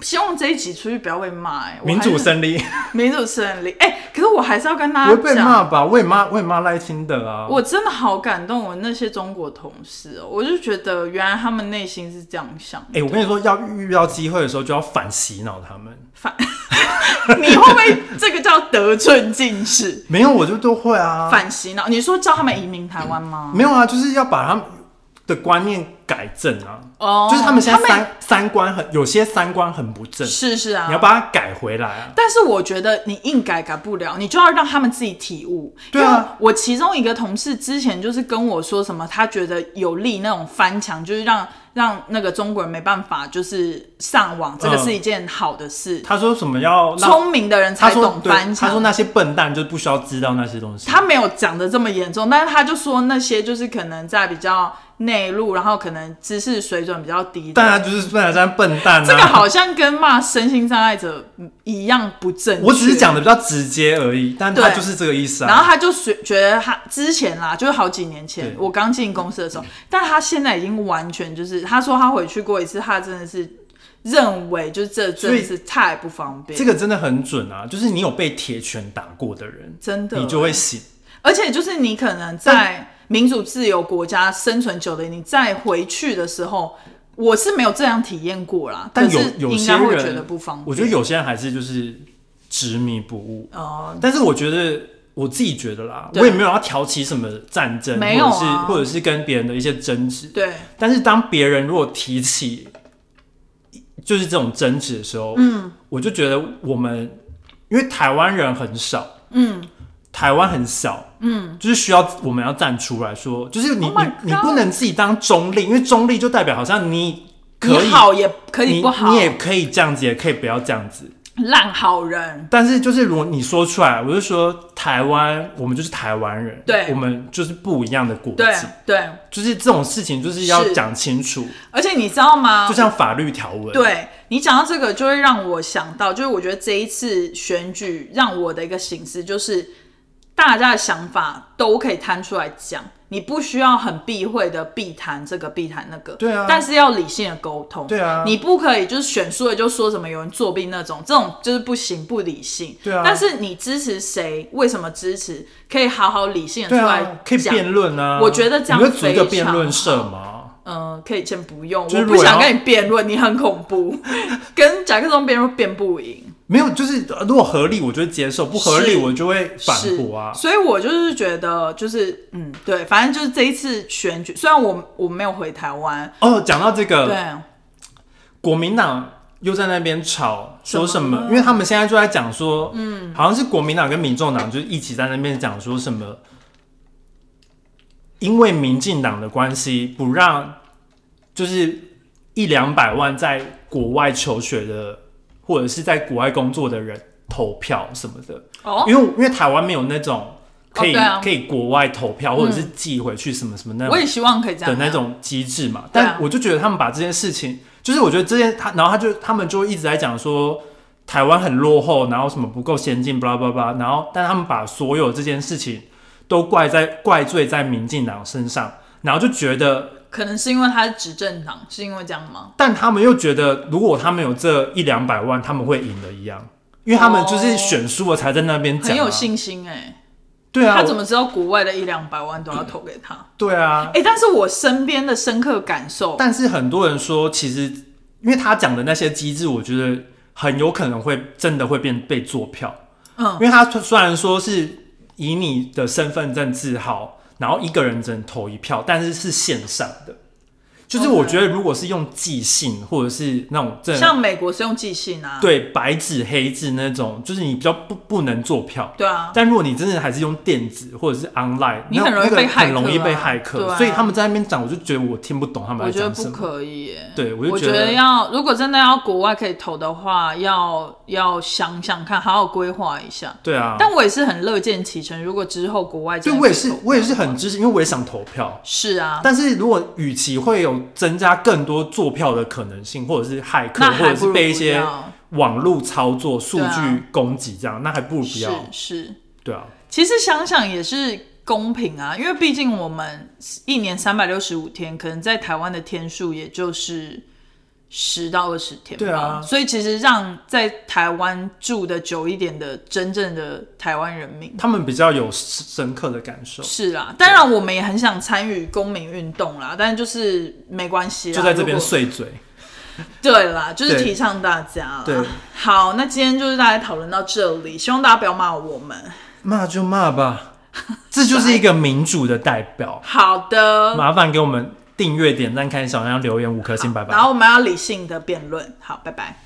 Speaker 2: 希望这一集出去不要被骂、欸，我
Speaker 1: 民主
Speaker 2: 还是
Speaker 1: 胜利
Speaker 2: 民主胜利，哎、可是我还是要跟大
Speaker 1: 不
Speaker 2: 家
Speaker 1: 会
Speaker 2: 讲，
Speaker 1: 被骂吧？我也骂，我也骂赖清德啊。
Speaker 2: 我真的好感动，我那些中国同事哦、我就觉得原来他们内心是这样想的。
Speaker 1: 哎，我跟你说，要遇到机会的时候就要反洗脑他们。
Speaker 2: 反，你会不会这个叫得寸进尺？
Speaker 1: 没有，我就都会啊。
Speaker 2: 反洗脑？你说叫他们移民台湾吗？
Speaker 1: 没有啊，就是要把他们的观念改正啊。
Speaker 2: 哦
Speaker 1: 就是他们现在
Speaker 2: 他们
Speaker 1: 三三观很，有些三观很不正，
Speaker 2: 是是啊，
Speaker 1: 你要把它改回来啊。
Speaker 2: 但是我觉得你硬改改不了，你就要让他们自己体悟。
Speaker 1: 对啊，
Speaker 2: 我其中一个同事之前就是跟我说什么，他觉得有利那种翻墙，就是让让那个中国人没办法就是上网，这个
Speaker 1: 嗯
Speaker 2: 是一件好的事。
Speaker 1: 他说什么要让
Speaker 2: 聪明的人
Speaker 1: 他
Speaker 2: 才
Speaker 1: 说
Speaker 2: 懂
Speaker 1: 对，
Speaker 2: 翻
Speaker 1: 他说
Speaker 2: 墙。
Speaker 1: 那些笨蛋就不需要知道那些东西。
Speaker 2: 他没有讲的这么严重，但是他就说那些就是可能在比较内陆，然后可能知识水准比较低的，
Speaker 1: 但他就是笨蛋，像笨蛋、啊。
Speaker 2: 这个，好像跟骂身心障碍者一样不正确。
Speaker 1: 我只是讲的比较直接而已，但他
Speaker 2: 对
Speaker 1: 就是这个意思
Speaker 2: 然
Speaker 1: 啊。
Speaker 2: 后他就觉觉得他之前啦，就是好几年前
Speaker 1: 对嗯
Speaker 2: 我刚进公司的时候，但他现在已经完全就是，他说他回去过一次，他真的是认为就是这真的
Speaker 1: 所
Speaker 2: 是太不方便，
Speaker 1: 这个真的很准啊！就是你有被铁拳打过的人，
Speaker 2: 真的
Speaker 1: 你就会醒。
Speaker 2: 而且就是你可能在民主自由国家生存久了，你再回去的时候，我是没有这样体验过啦。
Speaker 1: 但
Speaker 2: 可
Speaker 1: 有
Speaker 2: 是
Speaker 1: 有
Speaker 2: 应
Speaker 1: 些
Speaker 2: 该会
Speaker 1: 人
Speaker 2: 觉得不方便。
Speaker 1: 我觉得有些人还是就是执迷不悟。
Speaker 2: 哦、
Speaker 1: 但是我觉得我自己觉得啦，
Speaker 2: 对
Speaker 1: 我也没有要挑起什么战争，
Speaker 2: 没有啊
Speaker 1: 或者是或者是跟别人的一些争执。
Speaker 2: 对，
Speaker 1: 但是当别人如果提起就是这种争执的时候，嗯，我就觉得我们因为台湾人很少，
Speaker 2: 嗯，
Speaker 1: 台湾很小，嗯，就是需要我们要站出来说，就是你、
Speaker 2: Oh my
Speaker 1: 你你
Speaker 2: God
Speaker 1: 不能自己当中立，因为中立就代表好像你可以
Speaker 2: 你好也可以不好，
Speaker 1: 你，你也可以这样子，也可以不要这样子。
Speaker 2: 烂好人。
Speaker 1: 但是就是如果你说出来，我就说台湾，我们就是台湾人，
Speaker 2: 对
Speaker 1: 我们就是不一样的国
Speaker 2: 对啊
Speaker 1: 籍，
Speaker 2: 对，
Speaker 1: 就是这种事情就是要
Speaker 2: 是
Speaker 1: 讲清楚，
Speaker 2: 而且你知道吗？
Speaker 1: 就像法律条文，
Speaker 2: 对啊你讲到这个，就会让我想到，就是我觉得这一次选举让我的一个醒思，就是大家的想法都可以摊出来讲，你不需要很避讳的避谈这个避谈那个，
Speaker 1: 对啊
Speaker 2: 但是要理性的沟通，
Speaker 1: 对啊
Speaker 2: 你不可以就是选输了就说什么有人作弊那种，这种就是不行，不理性，
Speaker 1: 对啊
Speaker 2: 但是你支持谁，为什么支持，可以好好理性的出
Speaker 1: 对
Speaker 2: 来
Speaker 1: 啊，可以
Speaker 2: 讲。
Speaker 1: 辩论啊。
Speaker 2: 我觉得这样
Speaker 1: 你会组一个辩
Speaker 2: 非常
Speaker 1: 论社吗？
Speaker 2: 嗯，可以先不用，
Speaker 1: 就是
Speaker 2: 我
Speaker 1: 如
Speaker 2: 不
Speaker 1: 果
Speaker 2: 想
Speaker 1: 要
Speaker 2: 跟你辩论，你很恐怖， 跟甲克松辩论辩不赢，
Speaker 1: 没有，就是呃如果合理，我就会接受；不合理，
Speaker 2: 是
Speaker 1: 我就会反
Speaker 2: 是
Speaker 1: 驳啊。
Speaker 2: 所以我就是觉得，就是嗯，对，反正就是这一次选举，虽然我我没有回台湾，
Speaker 1: 哦，讲到这
Speaker 2: 对
Speaker 1: 个，国民党又在那边吵说什
Speaker 2: 怎么
Speaker 1: 么？
Speaker 2: 了
Speaker 1: 因为他们现在就在讲说，嗯，好像是国民党跟民众党就是一起在那边讲说什么，因为民进党的关系，不让就是一两百万在国外求学的或者是在国外工作的人投票什么的。
Speaker 2: 哦，
Speaker 1: 因为因为台湾没有那种可以、
Speaker 2: 对啊嗯
Speaker 1: 可以国外投票或者是寄回去什么什么那
Speaker 2: 我
Speaker 1: 种
Speaker 2: 也希望可以这样啊
Speaker 1: 的那，种机制嘛，
Speaker 2: 对啊
Speaker 1: 但我就觉得他们把这件事情，就是我觉得这件他，然后他就他们就一直在讲说台湾很落后，然后什么不够先进，巴拉巴拉，然后但他们把所有这件事情都怪在怪罪在民进党身上，然后就觉得。
Speaker 2: 可能是因为他是执政党，是因为这样吗？
Speaker 1: 但他们又觉得，如果他们有这一两百万，他们会赢的一样，因为他们就是
Speaker 2: 哦
Speaker 1: 选输了才在那边讲、啊，
Speaker 2: 很有信心哎、
Speaker 1: 对啊，
Speaker 2: 他怎
Speaker 1: 我
Speaker 2: 么知道国外的一两百万都要投给他？
Speaker 1: 对啊？
Speaker 2: 哎、但是我身边的深刻感受，
Speaker 1: 但是很多人说，其实因为他讲的那些机制，我觉得很有可能会真的会变被做票。
Speaker 2: 嗯，
Speaker 1: 因为他虽虽然说是以你的身份证字号，然后一个人只能投一票，但是是线上的。就是我
Speaker 2: OK
Speaker 1: 觉得，如果是用寄信或者是那种这
Speaker 2: 像美国是用寄信啊，
Speaker 1: 对白纸黑字那种，就是你比较不不能做票。
Speaker 2: 对啊，
Speaker 1: 但如果你真的还是用电子或者是 online，
Speaker 2: 你
Speaker 1: 那
Speaker 2: 很容易
Speaker 1: 那个
Speaker 2: 被骇
Speaker 1: 很容易
Speaker 2: 客啊
Speaker 1: 被骇客，
Speaker 2: 对啊
Speaker 1: 所以他们在那边讲，我就觉得我听不懂他们在
Speaker 2: 我觉得
Speaker 1: 讲什
Speaker 2: 不
Speaker 1: 么。
Speaker 2: 可以耶。
Speaker 1: 对，我
Speaker 2: 我
Speaker 1: 就
Speaker 2: 觉得要，如果真的要国外可以投的话，要要想想看，好好规划一下。
Speaker 1: 对啊，
Speaker 2: 但我也是很乐见其成，如果之后国外
Speaker 1: 对
Speaker 2: 真的
Speaker 1: 我也
Speaker 2: 可以
Speaker 1: 是
Speaker 2: 投，
Speaker 1: 我也是很支持，因为我也想投票。
Speaker 2: 是啊，
Speaker 1: 但是如果与其会有增加更多做票的可能性，或者是骇客
Speaker 2: 那，
Speaker 1: 或者
Speaker 2: 还不
Speaker 1: 是
Speaker 2: 如
Speaker 1: 被一
Speaker 2: 不
Speaker 1: 些
Speaker 2: 要
Speaker 1: 网络操作、数
Speaker 2: 对啊
Speaker 1: 据攻击这样，那还不如不
Speaker 2: 是
Speaker 1: 要。
Speaker 2: 是，
Speaker 1: 对啊，
Speaker 2: 其实想想也是公平啊，因为毕竟我们一年三百六十五天，可能在台湾的天数也就是十到二十天吧。
Speaker 1: 对啊
Speaker 2: 所以其实让在台湾住的久一点的真正的台湾人民。
Speaker 1: 他们比较有深刻的感受，
Speaker 2: 是啦，当然我们也很想参与公民运动啦，但就是没关系啦，
Speaker 1: 就在这边
Speaker 2: 啊如果
Speaker 1: 碎嘴。
Speaker 2: 对啦，就是
Speaker 1: 对
Speaker 2: 提倡大家啦。
Speaker 1: 对，
Speaker 2: 好，那今天就是大家讨论到这里，希望大家不要骂我们。
Speaker 1: 骂就骂 吧，这就是一个民主的代表。
Speaker 2: 啊好的，
Speaker 1: 麻烦给我们订阅、点赞、开小亮、留言五颗星，拜拜
Speaker 2: 然。后我们要理性的辩论。好，拜拜。